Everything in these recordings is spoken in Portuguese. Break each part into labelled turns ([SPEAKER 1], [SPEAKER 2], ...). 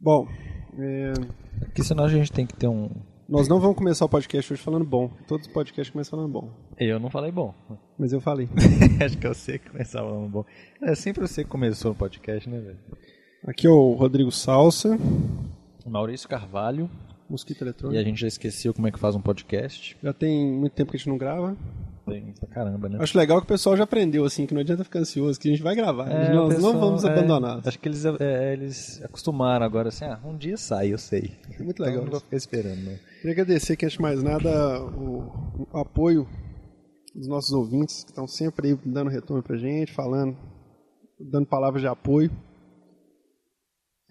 [SPEAKER 1] Bom, é,
[SPEAKER 2] Porque senão a gente tem que ter um.
[SPEAKER 1] nós não vamos começar o podcast hoje falando bom. Todos os podcasts começam falando bom.
[SPEAKER 2] Eu não falei bom.
[SPEAKER 1] Mas eu falei.
[SPEAKER 2] Acho que eu sei que começava falando bom. É sempre você que começou no podcast, né, velho?
[SPEAKER 1] Aqui é o Rodrigo Salsa,
[SPEAKER 2] Maurício Carvalho.
[SPEAKER 1] Mosquito
[SPEAKER 2] E
[SPEAKER 1] Eletrônico.
[SPEAKER 2] a gente já esqueceu como é que faz um podcast.
[SPEAKER 1] Já tem muito tempo que a gente não grava.
[SPEAKER 2] Tem pra caramba, né?
[SPEAKER 1] Acho legal que o pessoal já aprendeu, assim, que não adianta ficar ansioso, que a gente vai gravar.
[SPEAKER 2] É, o
[SPEAKER 1] nós
[SPEAKER 2] pessoal,
[SPEAKER 1] não vamos
[SPEAKER 2] é,
[SPEAKER 1] abandonar.
[SPEAKER 2] Acho que eles, é, eles acostumaram agora assim, ah, um dia sai, eu sei.
[SPEAKER 1] É muito legal
[SPEAKER 2] Então, não vou
[SPEAKER 1] isso.
[SPEAKER 2] ficar esperando, não.
[SPEAKER 1] Queria agradecer, que antes de mais nada, o, o apoio dos nossos ouvintes, que estão sempre aí dando retorno pra gente, falando, dando palavras de apoio.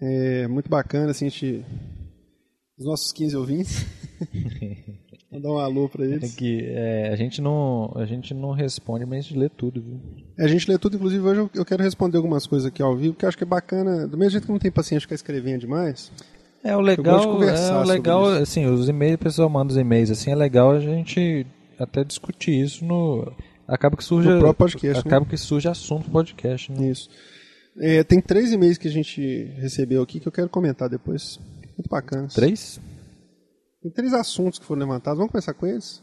[SPEAKER 1] É muito bacana, assim, a gente. Os nossos 15 ouvintes. Mandar um alô pra
[SPEAKER 2] É
[SPEAKER 1] eles.
[SPEAKER 2] que é, a, gente não, a gente não responde, mas a gente lê tudo, viu?
[SPEAKER 1] A gente lê tudo, inclusive hoje eu- eu quero responder algumas coisas aqui ao vivo, porque eu acho que é bacana. Do mesmo jeito que não tem paciência de ficar escrevendo demais,
[SPEAKER 2] É, o
[SPEAKER 1] Eu gosto de
[SPEAKER 2] legal,
[SPEAKER 1] conversar
[SPEAKER 2] é, o
[SPEAKER 1] sobre
[SPEAKER 2] legal
[SPEAKER 1] isso.
[SPEAKER 2] assim, os e-mails, o pessoal manda os e-mails, assim, é legal a gente até discutir isso no... Acaba que surge...
[SPEAKER 1] No próprio podcast, né?
[SPEAKER 2] Acaba que surge assunto no podcast, né?
[SPEAKER 1] Isso. É, tem três e-mails que a gente recebeu aqui que eu quero comentar depois. Muito bacana.
[SPEAKER 2] Três?
[SPEAKER 1] Tem três assuntos que foram levantados. Vamos começar com eles?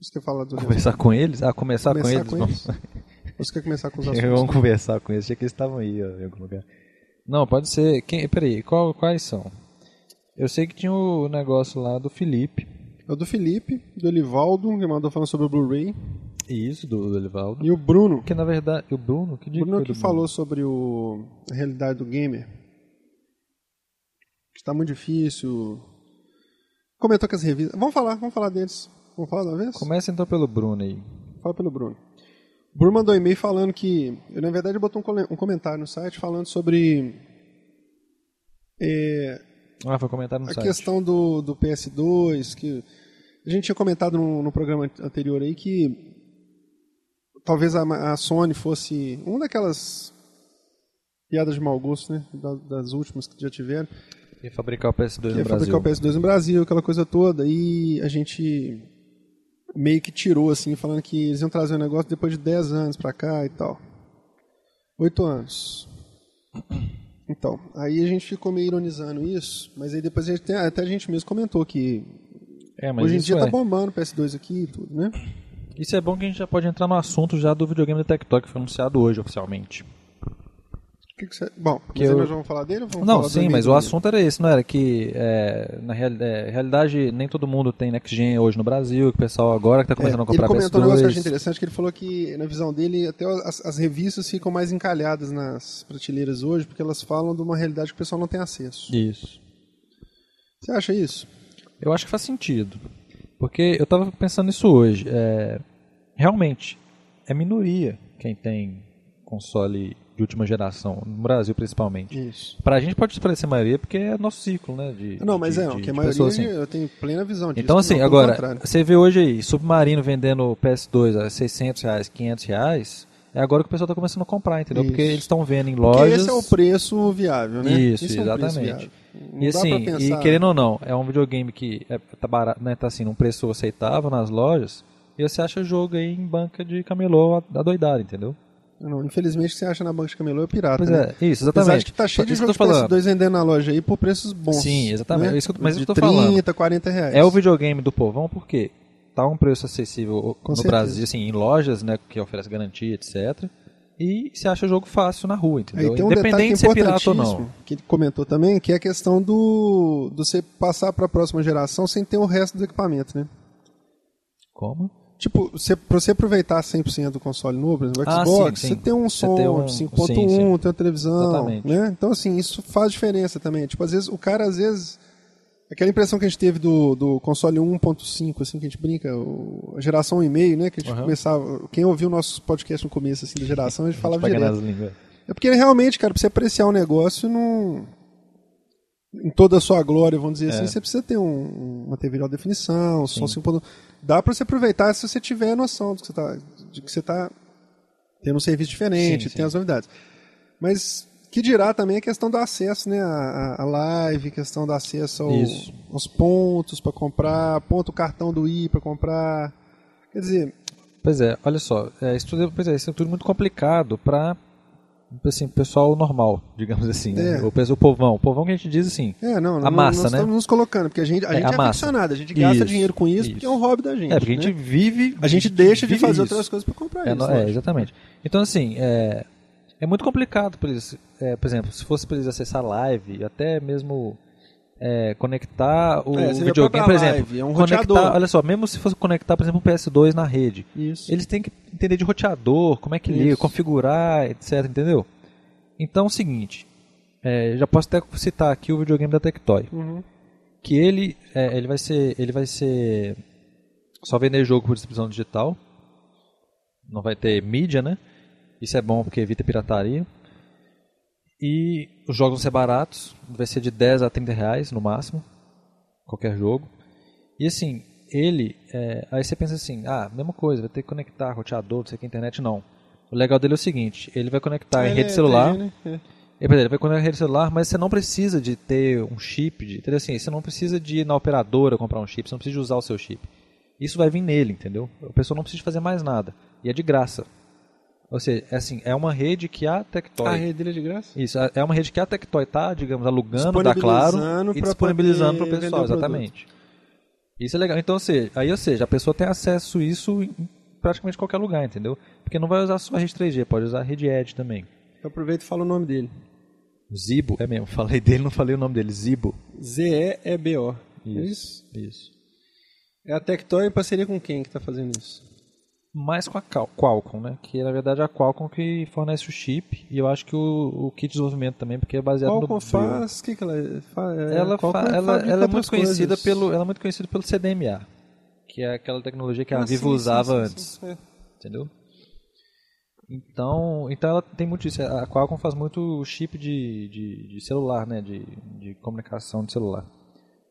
[SPEAKER 1] Você quer falar do
[SPEAKER 2] Conversar com eles? Ah, começar,
[SPEAKER 1] Começar
[SPEAKER 2] com eles?
[SPEAKER 1] com
[SPEAKER 2] vamos.
[SPEAKER 1] Você quer começar com os
[SPEAKER 2] Vamos,
[SPEAKER 1] assuntos?
[SPEAKER 2] conversar com eles, achei que eles estavam aí ó, em algum lugar. Não, pode ser... Quem, peraí, qual, quais são? Eu sei que tinha o negócio lá do Felipe,
[SPEAKER 1] É o do Felipe, do Elivaldo, que mandou falando sobre o Blu-ray.
[SPEAKER 2] e isso, do, do Elivaldo.
[SPEAKER 1] E o Bruno.
[SPEAKER 2] Porque, na verdade, o Bruno, que
[SPEAKER 1] O
[SPEAKER 2] dia
[SPEAKER 1] Bruno
[SPEAKER 2] foi
[SPEAKER 1] que
[SPEAKER 2] do
[SPEAKER 1] falou sobre o, a realidade do gamer. Que está muito difícil. Comentou que as revistas. Vamos falar, vamos falar deles. Vamos falar de uma vez?
[SPEAKER 2] Começa então pelo Bruno aí.
[SPEAKER 1] Fala pelo Bruno. O Bruno mandou um e-mail falando que. Eu, na verdade, botou um, cole- um comentário no site falando sobre. é,
[SPEAKER 2] Ah, foi comentar no
[SPEAKER 1] a
[SPEAKER 2] site.
[SPEAKER 1] questão do, do PS2, que a gente tinha comentado no, no programa anterior aí que talvez a, ma- a Sony fosse uma daquelas piadas de mau gosto, né? da- das últimas que já tiveram
[SPEAKER 2] Ia fabricar o PS2
[SPEAKER 1] que
[SPEAKER 2] no
[SPEAKER 1] ia fabricar
[SPEAKER 2] Brasil.
[SPEAKER 1] o PS2 no Brasil, aquela coisa toda, e a gente meio que tirou, assim, falando que eles iam trazer o negócio depois de 10 anos pra cá e tal. Oito anos. Então, aí a gente ficou meio ironizando isso, mas aí depois a gente, tem- até a gente mesmo comentou que
[SPEAKER 2] É, mas
[SPEAKER 1] hoje em
[SPEAKER 2] isso
[SPEAKER 1] dia
[SPEAKER 2] é.
[SPEAKER 1] tá bombando o PS2 aqui e tudo, né?
[SPEAKER 2] Isso é bom que a gente já pode entrar no assunto já do videogame da Tectoy, que foi anunciado hoje oficialmente.
[SPEAKER 1] O Que que você- Bom, mas
[SPEAKER 2] Que
[SPEAKER 1] aí
[SPEAKER 2] eu-
[SPEAKER 1] nós vamos falar dele ou vamos
[SPEAKER 2] Não,
[SPEAKER 1] falar do
[SPEAKER 2] sim,
[SPEAKER 1] e-mail
[SPEAKER 2] mas o
[SPEAKER 1] dele?
[SPEAKER 2] assunto era esse, não era? Que é, na real- é, realidade nem todo mundo tem Next Gen hoje no Brasil, que o pessoal agora que tá começando a
[SPEAKER 1] ele
[SPEAKER 2] comprar
[SPEAKER 1] comentou um negócio que eu achei
[SPEAKER 2] PS2.
[SPEAKER 1] interessante, que ele falou que, na visão dele, até as, as revistas ficam mais encalhadas nas prateleiras hoje, porque elas falam de uma realidade que o pessoal não tem acesso.
[SPEAKER 2] Isso.
[SPEAKER 1] Você acha isso?
[SPEAKER 2] Eu acho que faz sentido. Porque eu tava pensando nisso hoje. é, realmente, é minoria quem tem console de última geração, no Brasil principalmente.
[SPEAKER 1] Isso.
[SPEAKER 2] Pra gente pode parecer maioria porque é nosso ciclo, né? De,
[SPEAKER 1] Não, mas
[SPEAKER 2] de-
[SPEAKER 1] é,
[SPEAKER 2] de-
[SPEAKER 1] que a
[SPEAKER 2] de
[SPEAKER 1] maioria
[SPEAKER 2] pessoas, assim.
[SPEAKER 1] eu tenho plena visão disso.
[SPEAKER 2] Então, assim,
[SPEAKER 1] não, pelo
[SPEAKER 2] agora,
[SPEAKER 1] contrário.
[SPEAKER 2] você vê hoje aí, Submarino vendendo o PS2 a 600 reais, 500 reais, é agora que o pessoal tá começando a comprar, entendeu? Porque
[SPEAKER 1] Isso.
[SPEAKER 2] eles estão vendo em
[SPEAKER 1] Porque
[SPEAKER 2] lojas.
[SPEAKER 1] esse é o preço viável, né?
[SPEAKER 2] Isso,
[SPEAKER 1] Esse é um preço
[SPEAKER 2] exatamente.
[SPEAKER 1] viável. Não
[SPEAKER 2] E
[SPEAKER 1] dá
[SPEAKER 2] assim,
[SPEAKER 1] pra
[SPEAKER 2] e
[SPEAKER 1] pensar...
[SPEAKER 2] querendo ou não, é um videogame que é, tá barato, né? Tá assim, num preço aceitável nas lojas, e você acha jogo aí em banca de camelô da doidada, entendeu?
[SPEAKER 1] Não, infelizmente, o que você acha na banca de camelô é pirata,
[SPEAKER 2] Pois
[SPEAKER 1] né?
[SPEAKER 2] é, isso,
[SPEAKER 1] Apesar
[SPEAKER 2] exatamente.
[SPEAKER 1] de que tá cheio de
[SPEAKER 2] Isso que eu
[SPEAKER 1] jogos
[SPEAKER 2] tô falando.
[SPEAKER 1] PS2 vendendo na loja aí por preços bons.
[SPEAKER 2] Sim, exatamente. É
[SPEAKER 1] né?
[SPEAKER 2] Isso que eu- mas
[SPEAKER 1] de
[SPEAKER 2] isso que eu tô falando.
[SPEAKER 1] 30, 40 reais.
[SPEAKER 2] É o videogame do povão porque tá um preço acessível
[SPEAKER 1] Com
[SPEAKER 2] no
[SPEAKER 1] certeza.
[SPEAKER 2] Brasil, assim, em lojas, né, que oferece garantia, etc. E você acha jogo fácil na rua, entendeu?
[SPEAKER 1] Aí tem um
[SPEAKER 2] Independente
[SPEAKER 1] detalhe
[SPEAKER 2] de ser pirata ou não.
[SPEAKER 1] importantíssimo, que ele comentou também, que é a questão do, do você passar para a próxima geração sem ter o resto do equipamento, né?
[SPEAKER 2] Como?
[SPEAKER 1] Tipo, você, pra você aproveitar 100% do console novo, por exemplo, o
[SPEAKER 2] Ah,
[SPEAKER 1] Xbox,
[SPEAKER 2] sim, sim.
[SPEAKER 1] você tem um
[SPEAKER 2] Você
[SPEAKER 1] som
[SPEAKER 2] tem um-
[SPEAKER 1] de
[SPEAKER 2] sim,
[SPEAKER 1] 5.1,
[SPEAKER 2] sim.
[SPEAKER 1] tem uma televisão,
[SPEAKER 2] Exatamente.
[SPEAKER 1] né? Então, assim, isso faz diferença também. Tipo, às vezes, o cara, às vezes... Aquela impressão que a gente teve do, do console 1.5, assim, que a gente brinca, o- a geração e meio, né? Que a gente
[SPEAKER 2] Aham.
[SPEAKER 1] começava... Quem ouviu nossos podcasts no começo, assim, da geração, a gente falava
[SPEAKER 2] Pagar
[SPEAKER 1] direto.
[SPEAKER 2] nas línguas.
[SPEAKER 1] É porque realmente, cara, pra você apreciar um negócio não... em toda a sua glória, vamos
[SPEAKER 2] É.
[SPEAKER 1] dizer assim, você precisa ter um- uma TV de alta definição, som 5.1. Dá pra você aproveitar se você tiver a noção de que você tá, de que você tá tendo um serviço diferente,
[SPEAKER 2] Sim,
[SPEAKER 1] tem as novidades. Mas que dirá também a questão do acesso, né? A, a- a live, questão do acesso ao-
[SPEAKER 2] Isso.
[SPEAKER 1] aos pontos pra comprar, ponto cartão do I pra comprar. Quer dizer,
[SPEAKER 2] Pois é, olha só, é, isso tudo, pois é, isso é tudo muito complicado para assim, pessoal normal, digamos assim, né?
[SPEAKER 1] É.
[SPEAKER 2] o, pessoal- o povão. O povão que a gente diz assim,
[SPEAKER 1] É, não,
[SPEAKER 2] A
[SPEAKER 1] não-
[SPEAKER 2] massa,
[SPEAKER 1] nós
[SPEAKER 2] né?
[SPEAKER 1] estamos nos colocando, porque a gente, a
[SPEAKER 2] É,
[SPEAKER 1] gente
[SPEAKER 2] a
[SPEAKER 1] é
[SPEAKER 2] massa.
[SPEAKER 1] aficionado, a gente gasta
[SPEAKER 2] Isso,
[SPEAKER 1] dinheiro com isso,
[SPEAKER 2] isso.
[SPEAKER 1] porque é um hobby da gente.
[SPEAKER 2] é, porque a
[SPEAKER 1] né?
[SPEAKER 2] gente vive...
[SPEAKER 1] A gente deixa de
[SPEAKER 2] vive
[SPEAKER 1] fazer
[SPEAKER 2] isso.
[SPEAKER 1] outras coisas pra comprar
[SPEAKER 2] É,
[SPEAKER 1] isso.
[SPEAKER 2] no- é,
[SPEAKER 1] lógico.
[SPEAKER 2] exatamente. Então, assim, é, é muito complicado por eles, é, por exemplo, se fosse para eles acessar live, até mesmo é, conectar o
[SPEAKER 1] É, seria
[SPEAKER 2] videogame,
[SPEAKER 1] pra
[SPEAKER 2] por exemplo.
[SPEAKER 1] live, é um
[SPEAKER 2] conectar,
[SPEAKER 1] roteador.
[SPEAKER 2] olha só, mesmo se fosse conectar, por exemplo, um PS2 na rede,
[SPEAKER 1] Isso.
[SPEAKER 2] eles têm que entender de roteador, como é que
[SPEAKER 1] Isso.
[SPEAKER 2] liga, configurar, etc, entendeu? Então, é o seguinte, é, já posso até citar aqui o videogame da Tectoy
[SPEAKER 1] Uhum.
[SPEAKER 2] que ele é, ele vai ser ele vai ser só vender jogo por distribuição digital não vai ter mídia né isso é bom porque evita pirataria e os jogos vão ser baratos vai ser de 10 a 30 reais no máximo qualquer jogo e assim ele é, aí você pensa assim ah mesma coisa vai ter que conectar roteador não sei o que internet não o legal dele é o seguinte ele vai conectar Tá em
[SPEAKER 1] Ele
[SPEAKER 2] rede
[SPEAKER 1] é
[SPEAKER 2] celular
[SPEAKER 1] TG, né? É.
[SPEAKER 2] é, pois é, Ele vai conectar a rede celular, mas você não precisa de ter um chip, de, entendeu? Assim, você não precisa de ir na operadora comprar um chip, você não precisa de usar o seu chip. Isso vai vir nele, entendeu? A pessoa não precisa de fazer mais nada. E é de graça. Ou seja, é assim, é uma rede que a
[SPEAKER 1] A
[SPEAKER 2] Tectoy.
[SPEAKER 1] rede dele é de graça?
[SPEAKER 2] Isso, é uma rede que a Tectoy tá, digamos, alugando da Claro
[SPEAKER 1] Disponibilizando
[SPEAKER 2] e
[SPEAKER 1] pra
[SPEAKER 2] disponibilizando para
[SPEAKER 1] poder
[SPEAKER 2] o pessoal,
[SPEAKER 1] vender o produto.
[SPEAKER 2] exatamente. Isso é legal. Então, ou seja, aí, ou seja, a pessoa tem acesso a isso em praticamente qualquer lugar, entendeu? Porque não vai usar só a rede 3G, pode usar a rede Edge também.
[SPEAKER 1] Eu aproveito e falo o nome dele.
[SPEAKER 2] Zibo, é mesmo, falei dele, não falei o nome dele, Zibo.
[SPEAKER 1] Z-E-E-B-O.
[SPEAKER 2] Isso. Isso.
[SPEAKER 1] É a Tectoy em parceria com quem que tá fazendo isso?
[SPEAKER 2] Mais com a Cal- Qualcomm, né? Que na verdade é a Qualcomm que fornece o chip e eu acho que o, o kit de desenvolvimento também, porque é baseado
[SPEAKER 1] Qualcomm
[SPEAKER 2] no Brio.
[SPEAKER 1] faz... O que que ela é? faz?
[SPEAKER 2] Ela, fa- ela, ela é
[SPEAKER 1] tá
[SPEAKER 2] muito conhecida pelo,
[SPEAKER 1] que
[SPEAKER 2] ela é muito conhecida pelo CDMA, que é aquela tecnologia
[SPEAKER 1] Ah,
[SPEAKER 2] que a Vivo usava antes, entendeu? Então, então ela tem muito isso. A Qualcomm faz muito chip de, de, de celular, né? De, de comunicação de celular.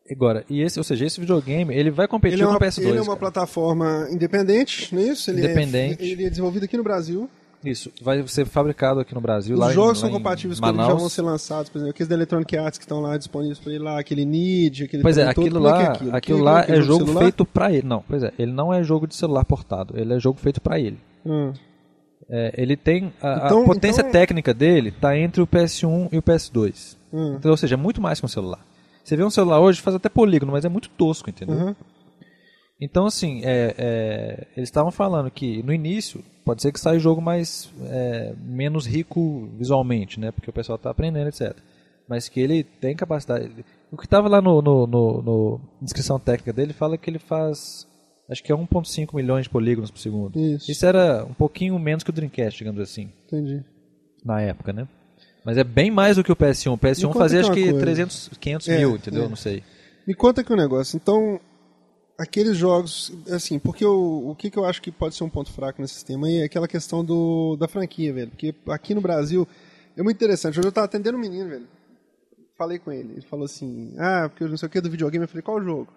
[SPEAKER 2] Agora, e esse, ou seja, esse videogame ele vai competir
[SPEAKER 1] Ele é, uma,
[SPEAKER 2] com o PS2.
[SPEAKER 1] ele é uma
[SPEAKER 2] cara.
[SPEAKER 1] plataforma independente, não é isso? Ele é-
[SPEAKER 2] Independente.
[SPEAKER 1] ele é desenvolvido aqui no Brasil.
[SPEAKER 2] Isso, vai ser fabricado aqui no Brasil. lá
[SPEAKER 1] Os
[SPEAKER 2] em-
[SPEAKER 1] jogos
[SPEAKER 2] lá
[SPEAKER 1] são
[SPEAKER 2] em
[SPEAKER 1] compatíveis com eles
[SPEAKER 2] Manaus.
[SPEAKER 1] já vão ser lançados, por exemplo, aqueles da Electronic Arts que estão lá disponíveis para ele lá, aquele Nid, aquele
[SPEAKER 2] Pois é,
[SPEAKER 1] trem todo,
[SPEAKER 2] aquilo
[SPEAKER 1] como
[SPEAKER 2] lá,
[SPEAKER 1] que é
[SPEAKER 2] aquilo?
[SPEAKER 1] Aquele-
[SPEAKER 2] lá
[SPEAKER 1] aquele
[SPEAKER 2] é jogo
[SPEAKER 1] de celular?
[SPEAKER 2] feito pra ele. Não, pois é, ele não é jogo de celular portado, ele é jogo feito pra ele.
[SPEAKER 1] Hum.
[SPEAKER 2] É, ele tem a, a
[SPEAKER 1] Então-
[SPEAKER 2] potência
[SPEAKER 1] então-
[SPEAKER 2] técnica dele tá entre o PS1 e o PS2.
[SPEAKER 1] Hum.
[SPEAKER 2] Então, ou seja, é muito mais que um celular. Você vê um celular hoje faz até polígono, mas é muito tosco, entendeu?
[SPEAKER 1] Uhum.
[SPEAKER 2] Então, assim, é, é, eles estavam falando que no início pode ser que saia o jogo mais é, menos rico visualmente, né? Porque o pessoal está aprendendo, etc. Mas que ele tem capacidade. O que estava lá no, no, no- no- na descrição técnica dele fala que ele faz, acho que é 1.5 milhões de polígonos por segundo.
[SPEAKER 1] Isso.
[SPEAKER 2] Isso era um pouquinho menos que o Dreamcast, digamos assim,
[SPEAKER 1] Entendi.
[SPEAKER 2] na época, né? Mas é bem mais do que o PS1. O PS1
[SPEAKER 1] Me conta
[SPEAKER 2] fazia
[SPEAKER 1] aqui
[SPEAKER 2] acho
[SPEAKER 1] uma
[SPEAKER 2] que
[SPEAKER 1] coisa.
[SPEAKER 2] 300, 500
[SPEAKER 1] É,
[SPEAKER 2] mil, entendeu?
[SPEAKER 1] é.
[SPEAKER 2] Não sei.
[SPEAKER 1] Me conta aqui um negócio. Então, aqueles jogos, assim, porque eu- o que, que eu acho que pode ser um ponto fraco nesse sistema aí é aquela questão do, da franquia, velho. Porque aqui no Brasil é muito interessante. Hoje eu tava atendendo um menino, velho. Falei com ele. Ele falou assim: Ah, porque eu não sei o que do videogame. Eu falei: Qual o jogo?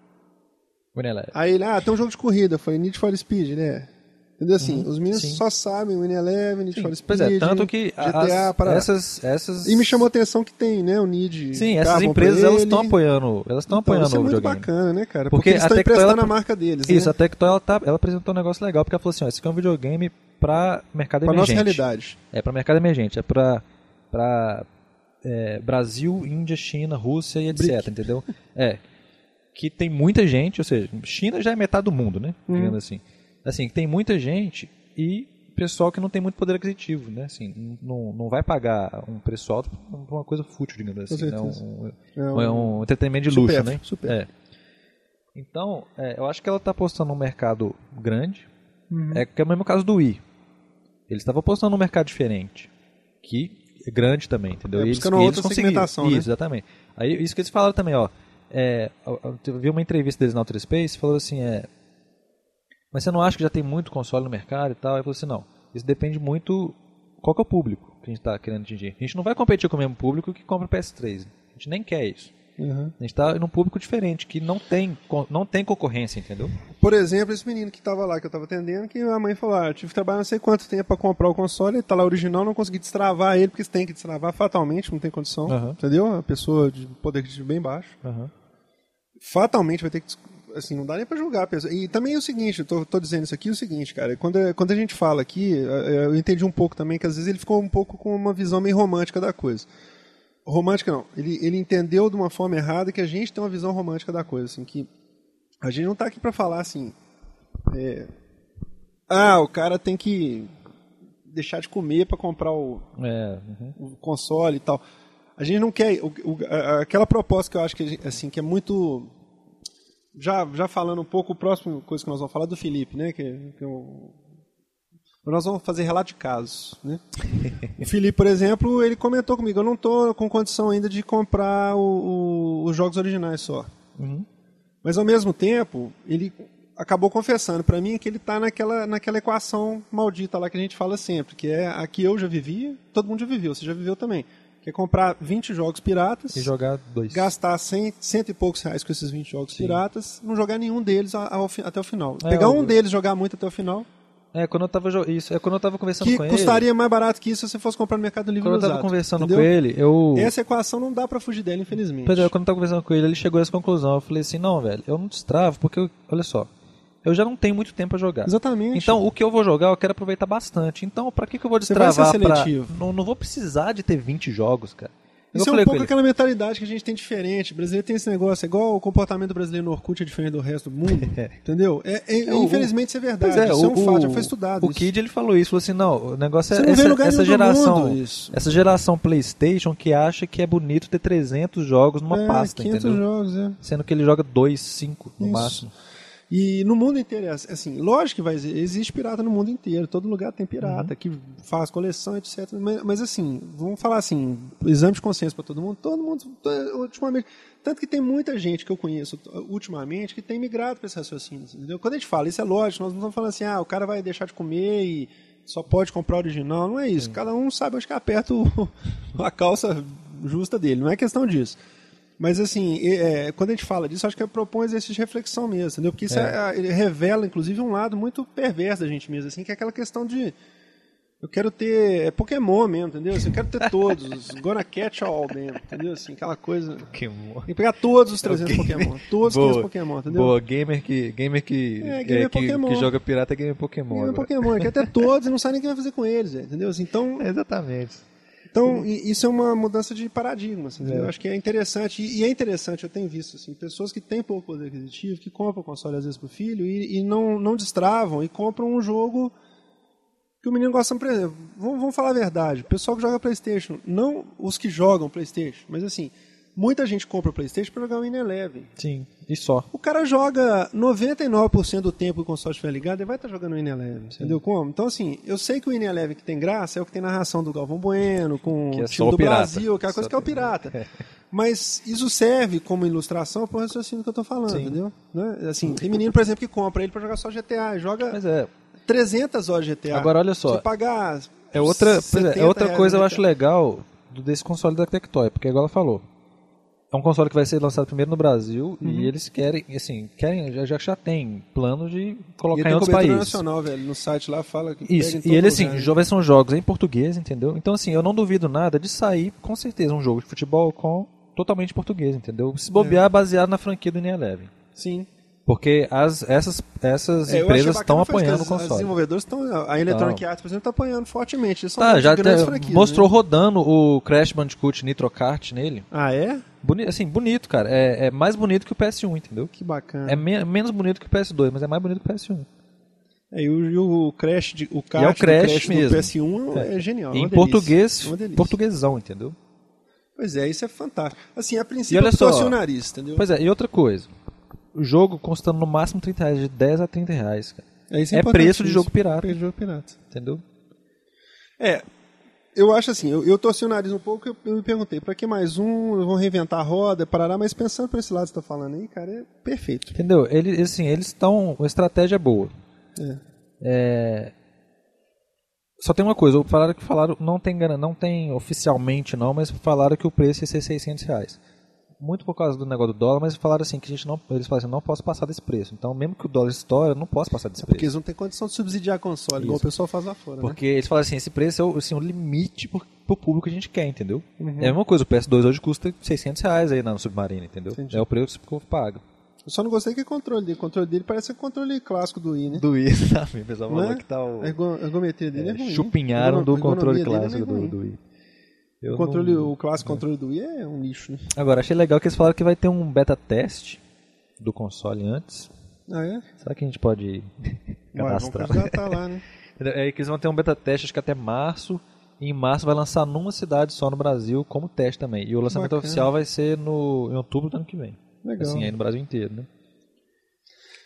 [SPEAKER 2] Brunella,
[SPEAKER 1] Aí ele, ah, tem um jogo de corrida. Eu falei: Need for Speed, né? Entendeu assim? os meninos
[SPEAKER 2] Uhum, sim.
[SPEAKER 1] só sabem o N11, Need for Speed.
[SPEAKER 2] Pois é, tanto que
[SPEAKER 1] GTA,
[SPEAKER 2] as-
[SPEAKER 1] parará.
[SPEAKER 2] essas, essas.
[SPEAKER 1] E me chamou a atenção que tem, né? O Need.
[SPEAKER 2] Sim, essas
[SPEAKER 1] Carbon pra
[SPEAKER 2] empresas elas
[SPEAKER 1] ele.
[SPEAKER 2] estão apoiando. Elas
[SPEAKER 1] Então,
[SPEAKER 2] estão apoiando
[SPEAKER 1] isso é
[SPEAKER 2] o
[SPEAKER 1] muito
[SPEAKER 2] videogame.
[SPEAKER 1] bacana, né, cara?
[SPEAKER 2] Porque
[SPEAKER 1] Porque, eles
[SPEAKER 2] a
[SPEAKER 1] estão
[SPEAKER 2] Tectoy,
[SPEAKER 1] emprestando
[SPEAKER 2] ela- tá-
[SPEAKER 1] a marca deles,
[SPEAKER 2] Isso,
[SPEAKER 1] né?
[SPEAKER 2] a Tectoy ela, tá, ela apresentou um negócio legal, porque ela falou assim: ó, esse aqui é um videogame pra mercado
[SPEAKER 1] Pra nossa
[SPEAKER 2] emergente.
[SPEAKER 1] realidade.
[SPEAKER 2] É pra mercado emergente, é pra, pra é, Brasil, Índia, China, Rússia e etc, entendeu? É. Que tem muita gente, ou seja, China já é metade do mundo, né? Digamos assim. Assim, tem muita gente e pessoal que não tem muito poder aquisitivo, né? Assim, não, não vai pagar um preço alto por uma coisa fútil, digamos assim. né?
[SPEAKER 1] certeza.
[SPEAKER 2] Um-
[SPEAKER 1] É
[SPEAKER 2] um, é um entretenimento de luxo,
[SPEAKER 1] Supérfluo,
[SPEAKER 2] né?
[SPEAKER 1] supérfluo.
[SPEAKER 2] É. Então, é, eu acho que ela está apostando num mercado grande. É que é o mesmo caso do Wii. Eles estavam apostando num mercado diferente. Que é grande também, entendeu?
[SPEAKER 1] É,
[SPEAKER 2] E eles,
[SPEAKER 1] buscando
[SPEAKER 2] e eles
[SPEAKER 1] outra
[SPEAKER 2] conseguiram.
[SPEAKER 1] segmentação,
[SPEAKER 2] Isso,
[SPEAKER 1] né?
[SPEAKER 2] exatamente. Aí, isso que eles falaram também, ó. É, eu- eu vi uma entrevista deles na Outer Space, falou assim, é, mas você não acha que já tem muito console no mercado e tal? Aí eu falei assim, não, isso depende muito qual que é o público que a gente está querendo atingir. A gente não vai competir com o mesmo público que compra o PS3. A gente nem quer isso.
[SPEAKER 1] Uhum.
[SPEAKER 2] A gente está num público diferente, que não tem, con- não tem concorrência, entendeu?
[SPEAKER 1] Por exemplo, esse menino que tava lá, que eu tava atendendo, que a mãe falou, ah, eu tive que trabalhar não sei quanto tempo pra comprar o console, ele tá lá original, não consegui destravar ele, porque você tem que destravar fatalmente, não tem condição,
[SPEAKER 2] Aham.
[SPEAKER 1] entendeu? A pessoa de poder aquisitivo bem baixo. Fatalmente vai ter que des- assim, não dá nem pra julgar a pessoa. E também é o seguinte, eu tô, tô dizendo isso aqui, é o seguinte, cara, quando, quando a gente fala aqui, eu entendi um pouco também que às vezes ele ficou um pouco com uma visão meio romântica da coisa. Romântica não, ele, ele entendeu de uma forma errada que a gente tem uma visão romântica da coisa, assim, que a gente não tá aqui pra falar assim, é, ah, o cara tem que deixar de comer pra comprar o,
[SPEAKER 2] É, uhum.
[SPEAKER 1] o console e tal. A gente não quer. o- o- a- aquela proposta que eu acho que, a gente- assim, que é muito. Já, já falando um pouco, o próximo coisa que nós vamos falar é do Felipe, né? Que, que é um- Nós vamos fazer relato de casos. Né? o Felipe, por exemplo, ele comentou comigo: eu não estou com condição ainda de comprar o- o- os jogos originais só.
[SPEAKER 2] Uhum.
[SPEAKER 1] Mas ao mesmo tempo, ele acabou confessando para mim que ele tá naquela, naquela equação maldita lá que a gente fala sempre, que é a que eu já vivia, todo mundo já viveu, você já viveu também. Que é comprar 20 jogos piratas,
[SPEAKER 2] E jogar dois.
[SPEAKER 1] gastar 100, cento e poucos reais com esses 20 jogos
[SPEAKER 2] Sim.
[SPEAKER 1] piratas, não jogar nenhum deles a- ao fi- até o final.
[SPEAKER 2] É,
[SPEAKER 1] Pegar um
[SPEAKER 2] o-
[SPEAKER 1] deles, jogar muito até o final,
[SPEAKER 2] É, quando eu tava jo- isso, é quando eu tava conversando
[SPEAKER 1] que
[SPEAKER 2] com ele.
[SPEAKER 1] custaria mais barato que isso se você fosse comprar no Mercado Livre
[SPEAKER 2] Quando eu
[SPEAKER 1] usado.
[SPEAKER 2] tava conversando
[SPEAKER 1] entendeu?
[SPEAKER 2] com ele, eu
[SPEAKER 1] Essa equação não dá para fugir dela, infelizmente.
[SPEAKER 2] Pois é, quando eu tava conversando com ele, ele chegou a essa conclusão. Eu falei assim: "Não, velho, eu não destravo porque eu- olha só, eu já não tenho muito tempo pra jogar.
[SPEAKER 1] Exatamente.
[SPEAKER 2] Então, o que eu vou jogar, eu quero aproveitar bastante. Então, pra que, que eu vou
[SPEAKER 1] Você vai
[SPEAKER 2] destravar?
[SPEAKER 1] ser
[SPEAKER 2] pra-
[SPEAKER 1] seletivo.
[SPEAKER 2] Não, não vou precisar de ter 20 jogos, cara. Eu
[SPEAKER 1] Isso é um
[SPEAKER 2] falei com
[SPEAKER 1] pouco
[SPEAKER 2] ele,
[SPEAKER 1] aquela mentalidade que a gente tem diferente. O brasileiro tem esse negócio, é igual o comportamento brasileiro no Orkut é diferente do resto do mundo. entendeu? É, é-
[SPEAKER 2] É, o-
[SPEAKER 1] infelizmente isso é verdade.
[SPEAKER 2] Pois é,
[SPEAKER 1] isso é um
[SPEAKER 2] o,
[SPEAKER 1] fato, já foi estudado.
[SPEAKER 2] O
[SPEAKER 1] isso.
[SPEAKER 2] Kid ele falou isso, falou assim, não, o negócio
[SPEAKER 1] Você não
[SPEAKER 2] é
[SPEAKER 1] vê em
[SPEAKER 2] essa,
[SPEAKER 1] lugar
[SPEAKER 2] essa
[SPEAKER 1] nenhum do
[SPEAKER 2] geração,
[SPEAKER 1] mundo isso.
[SPEAKER 2] essa geração PlayStation que acha que é bonito ter 300 jogos numa
[SPEAKER 1] é,
[SPEAKER 2] pasta,
[SPEAKER 1] 500
[SPEAKER 2] entendeu?
[SPEAKER 1] jogos, é.
[SPEAKER 2] Sendo que ele joga 2, 5 no
[SPEAKER 1] Isso.
[SPEAKER 2] máximo.
[SPEAKER 1] E no mundo inteiro, é assim, lógico que vai exi- existe pirata no mundo inteiro, todo lugar tem pirata, que faz coleção, etc. Mas, mas, assim, vamos falar assim, exame de consciência para todo mundo, todo mundo, to- ultimamente, tanto que tem muita gente que eu conheço t- ultimamente que tem migrado para esse raciocínio, entendeu? Quando a gente fala, isso é lógico, nós não estamos falando assim, ah, o cara vai deixar de comer e só pode comprar original, não é isso, cada um sabe onde que aperta o- a calça justa dele, não é questão disso. Mas assim, e- é, quando a gente fala disso, acho que propõe um exercício de reflexão mesmo, entendeu? Porque isso é- ele revela, inclusive, um lado muito perverso da gente mesmo, assim, que é aquela questão de eu quero ter é Pokémon mesmo, entendeu? Assim, eu quero ter todos, gonna catch all mesmo, entendeu? Assim, aquela coisa. Tem que pegar todos os 300
[SPEAKER 2] Ok.
[SPEAKER 1] Pokémon, todos os 300 Pokémon, entendeu?
[SPEAKER 2] Boa, gamer que, gamer que,
[SPEAKER 1] É, gamer
[SPEAKER 2] é, que,
[SPEAKER 1] Pokémon.
[SPEAKER 2] que joga pirata é gamer Pokémon.
[SPEAKER 1] Pegar
[SPEAKER 2] agora.
[SPEAKER 1] Pokémon, eu quero ter todos e não sabe nem o que vai fazer com eles, é, entendeu? Assim, então,
[SPEAKER 2] É, exatamente.
[SPEAKER 1] Então, i- isso é uma mudança de paradigma. assim, entendeu? Eu acho que é interessante, e e é interessante, eu tenho visto, assim, pessoas que têm pouco poder aquisitivo, que compram console às vezes para o filho e, e não, não destravam e compram um jogo que o menino gosta, por exemplo, vamos, vamos falar a verdade, o pessoal que joga Playstation, não os que jogam Playstation, mas assim, muita gente compra o Playstation para jogar o In Eleven.
[SPEAKER 2] Sim, e só.
[SPEAKER 1] O cara joga 99% do tempo que o console estiver ligado, ele vai estar jogando o In Eleven, entendeu como? Então, assim, eu sei que o In Eleven que tem graça é o que tem narração do Galvão Bueno, com
[SPEAKER 2] Que é
[SPEAKER 1] o
[SPEAKER 2] só
[SPEAKER 1] time
[SPEAKER 2] o
[SPEAKER 1] do
[SPEAKER 2] pirata.
[SPEAKER 1] Brasil, aquela coisa
[SPEAKER 2] Só
[SPEAKER 1] que é o
[SPEAKER 2] tem-
[SPEAKER 1] pirata. Mas isso serve como ilustração para o raciocínio que eu tô falando,
[SPEAKER 2] Sim.
[SPEAKER 1] entendeu? Né? Assim, tem menino, por exemplo, que compra ele para jogar só GTA, joga
[SPEAKER 2] Mas é,
[SPEAKER 1] 300 horas de GTA.
[SPEAKER 2] Agora, olha só.
[SPEAKER 1] Se pagar
[SPEAKER 2] É outra, pois é,
[SPEAKER 1] 70
[SPEAKER 2] é outra
[SPEAKER 1] reais né,
[SPEAKER 2] coisa
[SPEAKER 1] no
[SPEAKER 2] eu
[SPEAKER 1] GTA.
[SPEAKER 2] acho legal do- desse console da Tectoy, porque igual ela falou. É um console que vai ser lançado primeiro no Brasil
[SPEAKER 1] Uhum.
[SPEAKER 2] e eles querem, assim, querem, já, já- já tem plano de
[SPEAKER 1] E
[SPEAKER 2] colocar
[SPEAKER 1] tem
[SPEAKER 2] em outros
[SPEAKER 1] cobertura
[SPEAKER 2] países.
[SPEAKER 1] nacional, velho, no site lá fala que pega em
[SPEAKER 2] Isso,
[SPEAKER 1] todo
[SPEAKER 2] e ele assim,
[SPEAKER 1] lugar, né?
[SPEAKER 2] jo- vai são jogos em português, entendeu? Então assim, eu não duvido nada de sair com certeza um jogo de futebol com totalmente português, entendeu?
[SPEAKER 1] É.
[SPEAKER 2] Se bobear baseado na franquia do Ineleve.
[SPEAKER 1] Sim. porque
[SPEAKER 2] Porque as, essas, essas
[SPEAKER 1] É, eu achei
[SPEAKER 2] empresas
[SPEAKER 1] bacana
[SPEAKER 2] estão
[SPEAKER 1] foi isso, que
[SPEAKER 2] apoiando
[SPEAKER 1] as-
[SPEAKER 2] o
[SPEAKER 1] As
[SPEAKER 2] console.
[SPEAKER 1] desenvolvedoras estão. A Electronic Arts, por exemplo, está apoiando fortemente. Eles São
[SPEAKER 2] Tá, já
[SPEAKER 1] grandes
[SPEAKER 2] até
[SPEAKER 1] franquias,
[SPEAKER 2] mostrou
[SPEAKER 1] né?
[SPEAKER 2] rodando o Crash Bandicoot Nitro Kart nele.
[SPEAKER 1] Ah, é?
[SPEAKER 2] Boni assim, bonito, cara. É, é mais bonito que o PS1, entendeu?
[SPEAKER 1] Que bacana.
[SPEAKER 2] É me- menos bonito que o PS2, mas é mais bonito que o PS1.
[SPEAKER 1] É, e, o, e o Crash, de, o kart,
[SPEAKER 2] é o
[SPEAKER 1] do
[SPEAKER 2] Crash
[SPEAKER 1] do
[SPEAKER 2] mesmo.
[SPEAKER 1] PS1 é, genial. é
[SPEAKER 2] em
[SPEAKER 1] uma delícia,
[SPEAKER 2] português,
[SPEAKER 1] é uma delícia.
[SPEAKER 2] portuguesão, entendeu?
[SPEAKER 1] Pois é, isso é fantástico. Assim, a princípio,
[SPEAKER 2] E olha
[SPEAKER 1] eu torci
[SPEAKER 2] só.
[SPEAKER 1] o nariz, entendeu?
[SPEAKER 2] Pois é, e outra coisa. O jogo custando no máximo 30 reais, de 10 a 30 reais, cara.
[SPEAKER 1] É, isso
[SPEAKER 2] é
[SPEAKER 1] importante,
[SPEAKER 2] preço de
[SPEAKER 1] isso.
[SPEAKER 2] jogo pirata.
[SPEAKER 1] Preço de jogo pirata.
[SPEAKER 2] Entendeu?
[SPEAKER 1] É, eu acho assim, eu, eu torci o nariz um pouco, eu, eu me perguntei, pra que mais um? Vão reinventar a roda, é parará, mas pensando por esse lado que você tá falando aí, cara, é perfeito.
[SPEAKER 2] Entendeu? Ele, assim, eles estão. A estratégia é boa.
[SPEAKER 1] É.
[SPEAKER 2] Só tem uma coisa, falaram que falaram, não tem, garan- não tem oficialmente não, mas falaram que o preço ia ser 600 reais. Muito por causa do negócio do dólar, mas falaram assim que a gente não, eles falaram assim, não posso passar desse preço. Então, mesmo que o dólar estoura, eu não posso passar desse
[SPEAKER 1] É Porque
[SPEAKER 2] preço.
[SPEAKER 1] eles não têm condição de subsidiar console, igual o
[SPEAKER 2] Isso.
[SPEAKER 1] pessoal faz lá fora, né?
[SPEAKER 2] Porque eles falaram assim, esse preço é o, assim, o limite pro, pro público que a gente quer, entendeu?
[SPEAKER 1] Uhum.
[SPEAKER 2] É a mesma coisa, o PS2 hoje custa 600 reais aí na Submarina, entendeu?
[SPEAKER 1] Entendi.
[SPEAKER 2] É o preço que o povo paga.
[SPEAKER 1] Eu só não gostei que é controle dele. O controle dele parece um controle clássico do I, né?
[SPEAKER 2] Do I, sabe? O pessoal
[SPEAKER 1] Não
[SPEAKER 2] falou
[SPEAKER 1] é?
[SPEAKER 2] que tá o.
[SPEAKER 1] A ergo- a ergometria dele é, ruim.
[SPEAKER 2] chupinharam
[SPEAKER 1] A
[SPEAKER 2] do
[SPEAKER 1] ergono- a
[SPEAKER 2] controle
[SPEAKER 1] ergonomia dele
[SPEAKER 2] clássico
[SPEAKER 1] é
[SPEAKER 2] do,
[SPEAKER 1] ruim.
[SPEAKER 2] do I. Eu
[SPEAKER 1] O, controle,
[SPEAKER 2] não-
[SPEAKER 1] o clássico controle do I é um lixo, né?
[SPEAKER 2] Agora, achei legal que eles falaram que vai ter um beta teste do console antes.
[SPEAKER 1] Ah, é?
[SPEAKER 2] Será que a gente pode
[SPEAKER 1] Uai, vamos
[SPEAKER 2] cadastrar?
[SPEAKER 1] candidatar lá, né?
[SPEAKER 2] É que eles vão ter um beta teste, acho que até março. E em março vai lançar numa cidade só no Brasil como teste também. E o lançamento
[SPEAKER 1] Bacana.
[SPEAKER 2] oficial vai ser no, em outubro do ano que vem.
[SPEAKER 1] Legal.
[SPEAKER 2] Assim, aí no Brasil inteiro, né?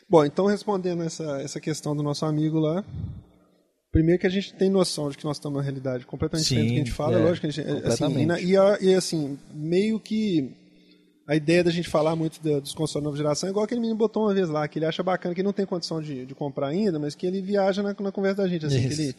[SPEAKER 1] Bom, então respondendo essa, essa questão do nosso amigo lá, primeiro que a gente tem noção de que nós estamos na realidade completamente
[SPEAKER 2] Sim,
[SPEAKER 1] diferente do que a gente fala,
[SPEAKER 2] é,
[SPEAKER 1] lógico que a gente. é, Assim, e,
[SPEAKER 2] completamente.
[SPEAKER 1] na- e a- e, assim, meio que a ideia da gente falar muito da- dos consoles de nova geração é igual aquele menino botou uma vez lá, que ele acha bacana, que ele não tem condição de, de comprar ainda, mas que ele viaja na, na conversa da gente, assim, que
[SPEAKER 2] Isso.
[SPEAKER 1] ele.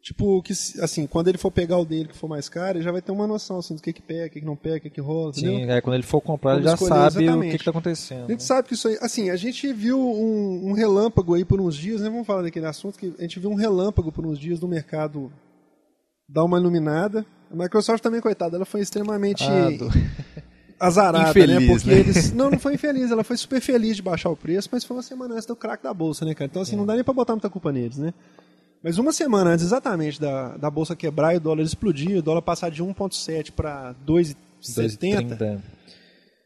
[SPEAKER 1] Tipo, que se- assim, quando ele for pegar o dele que for mais caro, ele já vai ter uma noção assim, do que, que pega, o que, que não pega, o que, que rola, entendeu?
[SPEAKER 2] Sim, é, quando ele for comprar, ele
[SPEAKER 1] Vamos
[SPEAKER 2] já
[SPEAKER 1] escolher
[SPEAKER 2] sabe o
[SPEAKER 1] exatamente.
[SPEAKER 2] que está
[SPEAKER 1] A
[SPEAKER 2] acontecendo. né?
[SPEAKER 1] gente sabe que isso aí. Assim, a gente viu um, um relâmpago aí por uns dias, né? Vamos falar daquele assunto que a gente viu um relâmpago por uns dias do mercado dar uma iluminada. A Microsoft também, coitada, ela foi extremamente
[SPEAKER 2] Ah, do-
[SPEAKER 1] azarada, né?
[SPEAKER 2] Infeliz,
[SPEAKER 1] Porque
[SPEAKER 2] né?
[SPEAKER 1] eles. Não, não foi infeliz, ela foi super feliz de baixar o preço, mas foi uma semana antes do crack da bolsa, né, cara? Então,
[SPEAKER 2] É.
[SPEAKER 1] assim, não dá nem pra botar muita culpa neles, né? Mas uma semana antes, exatamente, da, da bolsa quebrar e o dólar explodir, o dólar passar de 1,7 para 2,70,
[SPEAKER 2] 2,30.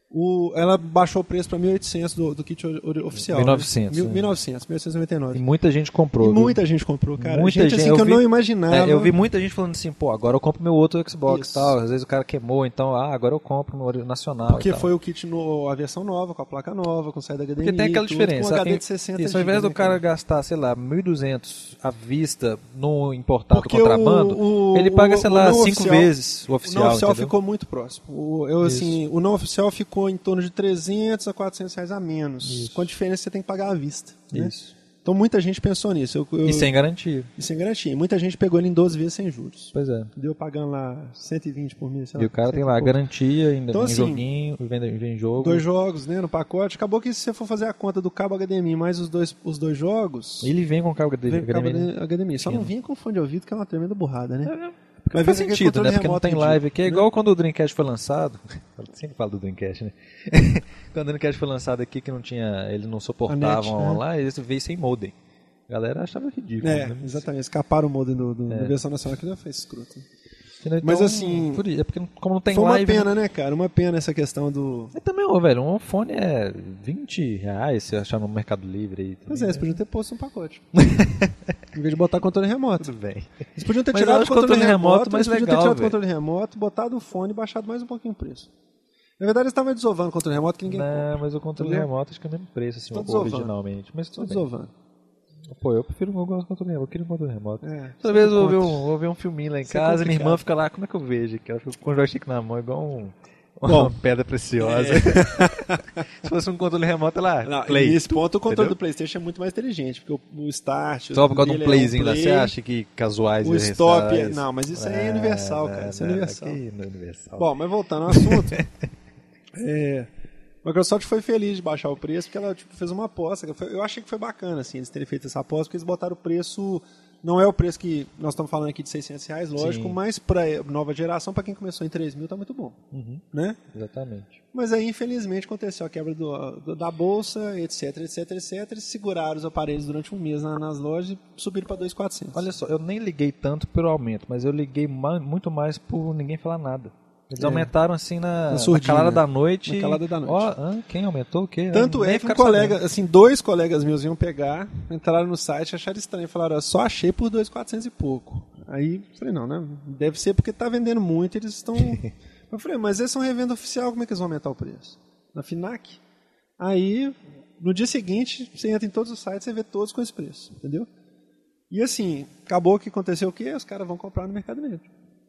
[SPEAKER 1] o- ela baixou o preço para 1.800 do, do kit ori- ori- oficial.
[SPEAKER 2] 1900,
[SPEAKER 1] Mil,
[SPEAKER 2] né?
[SPEAKER 1] 1900, 1899.
[SPEAKER 2] E muita gente comprou.
[SPEAKER 1] E
[SPEAKER 2] viu?
[SPEAKER 1] muita gente comprou, cara.
[SPEAKER 2] Muita
[SPEAKER 1] gente, assim que eu
[SPEAKER 2] vi-
[SPEAKER 1] não imaginava.
[SPEAKER 2] é, eu vi muita gente falando assim, pô, agora eu compro meu outro Xbox
[SPEAKER 1] Isso.
[SPEAKER 2] e tal. Às vezes o cara queimou, então, ah, agora eu compro no ori- nacional. e
[SPEAKER 1] Porque
[SPEAKER 2] tal.
[SPEAKER 1] foi o kit, no, a versão nova, com a placa nova, com saída HDMI.
[SPEAKER 2] Porque tem aquela
[SPEAKER 1] tudo,
[SPEAKER 2] diferença.
[SPEAKER 1] Com HD
[SPEAKER 2] Tem-
[SPEAKER 1] de 60
[SPEAKER 2] isso, ao invés
[SPEAKER 1] gigas,
[SPEAKER 2] do
[SPEAKER 1] né,
[SPEAKER 2] cara gastar, sei lá, 1.200 à vista no importado
[SPEAKER 1] Porque
[SPEAKER 2] tá contrabando,
[SPEAKER 1] o- o-
[SPEAKER 2] ele paga, sei
[SPEAKER 1] o
[SPEAKER 2] lá,
[SPEAKER 1] não
[SPEAKER 2] 5
[SPEAKER 1] oficial-
[SPEAKER 2] vezes o
[SPEAKER 1] o
[SPEAKER 2] oficial.
[SPEAKER 1] não oficial
[SPEAKER 2] entendeu?
[SPEAKER 1] ficou muito próximo. O, eu, assim, o não oficial ficou em torno de 300 a 400 reais a menos. Com a diferença você tem que pagar à vista. né?
[SPEAKER 2] Isso.
[SPEAKER 1] Então muita gente pensou nisso. Eu, eu,
[SPEAKER 2] E sem garantia.
[SPEAKER 1] e sem garantia. E Muita gente pegou ele em 12 vezes sem juros.
[SPEAKER 2] Pois é.
[SPEAKER 1] Deu pagando lá 120 por mês. sei
[SPEAKER 2] E o cara tem
[SPEAKER 1] 100
[SPEAKER 2] lá a
[SPEAKER 1] pouco.
[SPEAKER 2] garantia, ainda
[SPEAKER 1] Então,
[SPEAKER 2] vem
[SPEAKER 1] assim,
[SPEAKER 2] joguinho, vem, vem jogo.
[SPEAKER 1] dois jogos né, no pacote. Acabou que se você for fazer a conta do cabo HDMI mais os dois, os dois jogos,
[SPEAKER 2] Ele vem com carga de né?
[SPEAKER 1] vem cabo
[SPEAKER 2] HDMI.
[SPEAKER 1] HDMI. Só não vinha com fone de ouvido, que é uma tremenda burrada, né? vem
[SPEAKER 2] Mas faz
[SPEAKER 1] com aquele
[SPEAKER 2] sentido,
[SPEAKER 1] controle
[SPEAKER 2] né? Porque não
[SPEAKER 1] remoto
[SPEAKER 2] tem
[SPEAKER 1] ridículo,
[SPEAKER 2] live aqui. É
[SPEAKER 1] né?
[SPEAKER 2] igual quando o Dreamcast foi lançado. Eu sempre falo do Dreamcast, né? quando o Dreamcast foi lançado aqui, que não tinha. Ele não
[SPEAKER 1] A
[SPEAKER 2] suportava
[SPEAKER 1] net,
[SPEAKER 2] online,
[SPEAKER 1] né?
[SPEAKER 2] lá, eles veio sem modem. A galera achava ridículo.
[SPEAKER 1] É,
[SPEAKER 2] né? É.
[SPEAKER 1] exatamente. Escaparam o modem do, do, da versão nacional, que não foi escroto.
[SPEAKER 2] Entendeu?
[SPEAKER 1] Mas,
[SPEAKER 2] Então,
[SPEAKER 1] assim,
[SPEAKER 2] por isso- é porque não- como não tem
[SPEAKER 1] Foi uma
[SPEAKER 2] live.
[SPEAKER 1] pena, né, cara? Uma pena essa questão do.
[SPEAKER 2] É também, ô, velho, um fone é 20 reais se achar no Mercado Livre aí.
[SPEAKER 1] Pois é,
[SPEAKER 2] também,
[SPEAKER 1] eles
[SPEAKER 2] né?
[SPEAKER 1] podiam ter posto um pacote. em vez de botar controle remoto.
[SPEAKER 2] Tudo bem.
[SPEAKER 1] Eles podiam ter
[SPEAKER 2] Mas eu
[SPEAKER 1] tirado o
[SPEAKER 2] acho
[SPEAKER 1] controle,
[SPEAKER 2] controle
[SPEAKER 1] remoto,
[SPEAKER 2] remoto mais
[SPEAKER 1] mas podiam ter
[SPEAKER 2] legal,
[SPEAKER 1] tirado o
[SPEAKER 2] velho.
[SPEAKER 1] controle remoto, botado o fone e baixado mais um pouquinho o preço. Na verdade, eles estavam desovando o controle remoto que ninguém compra.
[SPEAKER 2] Não, mas o controle
[SPEAKER 1] Entendeu?
[SPEAKER 2] remoto acho que é o mesmo preço, assim,
[SPEAKER 1] Tô
[SPEAKER 2] o-
[SPEAKER 1] desovando.
[SPEAKER 2] originalmente. Mas
[SPEAKER 1] Só
[SPEAKER 2] tudo bem.
[SPEAKER 1] desovando.
[SPEAKER 2] Pô, eu prefiro eu gosto do controle remoto. Eu queria um controle remoto.
[SPEAKER 1] É,
[SPEAKER 2] Toda vez eu vou
[SPEAKER 1] conta.
[SPEAKER 2] ver, um, vou ver um filminho lá em
[SPEAKER 1] Isso é
[SPEAKER 2] casa, minha
[SPEAKER 1] complicado.
[SPEAKER 2] irmã fica lá, como é que eu vejo? Que ela fica com o joystick na mão, igual um, uma
[SPEAKER 1] Bom. É.
[SPEAKER 2] pedra preciosa. Se fosse um controle remoto, ela.
[SPEAKER 1] Não,
[SPEAKER 2] play.
[SPEAKER 1] Nesse ponto, o controle
[SPEAKER 2] Entendeu?
[SPEAKER 1] do PlayStation é muito mais inteligente, porque o, o start. o
[SPEAKER 2] Só por causa de um
[SPEAKER 1] dele é
[SPEAKER 2] playzinho lá,
[SPEAKER 1] play,
[SPEAKER 2] você acha que casuais
[SPEAKER 1] O
[SPEAKER 2] eles
[SPEAKER 1] stop.
[SPEAKER 2] restauram
[SPEAKER 1] É... Não, mas isso aí é universal, cara. Isso é
[SPEAKER 2] não,
[SPEAKER 1] universal.
[SPEAKER 2] aqui não é universal.
[SPEAKER 1] Bom, mas voltando ao assunto. é, a Microsoft foi feliz de baixar o preço, porque ela tipo, fez uma aposta. que foi- Eu achei que foi bacana, assim, eles terem feito essa aposta, porque eles botaram o preço... Não é o preço que nós estamos falando aqui de 600 reais, lógico,
[SPEAKER 2] Sim.
[SPEAKER 1] mas para nova geração, para quem começou em 3 mil, tá muito bom,
[SPEAKER 2] Uhum,
[SPEAKER 1] né?
[SPEAKER 2] exatamente.
[SPEAKER 1] Mas aí, infelizmente, aconteceu a quebra do- do- da bolsa, etc, etc, etc. Eles seguraram os aparelhos durante um mês na- nas lojas e subiram para 2,400.
[SPEAKER 2] Olha só, eu nem liguei tanto pelo aumento, mas eu liguei ma- muito mais por ninguém falar nada. Eles
[SPEAKER 1] É.
[SPEAKER 2] aumentaram assim na, na
[SPEAKER 1] surdina.
[SPEAKER 2] calada da noite.
[SPEAKER 1] Na calada da noite.
[SPEAKER 2] Ó, hã, quem aumentou o quê?
[SPEAKER 1] Tanto
[SPEAKER 2] Eu nem
[SPEAKER 1] é que um
[SPEAKER 2] ficava
[SPEAKER 1] colega, assim, dois colegas meus iam pegar, entraram no site, acharam estranho, falaram, "Ó, só achei por 2,400 e pouco. Aí, falei, não, né? Deve ser porque tá vendendo muito, eles estão... Eu falei, mas eles são revenda oficial, como é que eles vão aumentar o preço? Na FINAC? Aí, no dia seguinte, você entra em todos os sites, você vê todos com esse preço, entendeu? E assim, acabou que aconteceu o quê? Os caras vão comprar no mercado mesmo,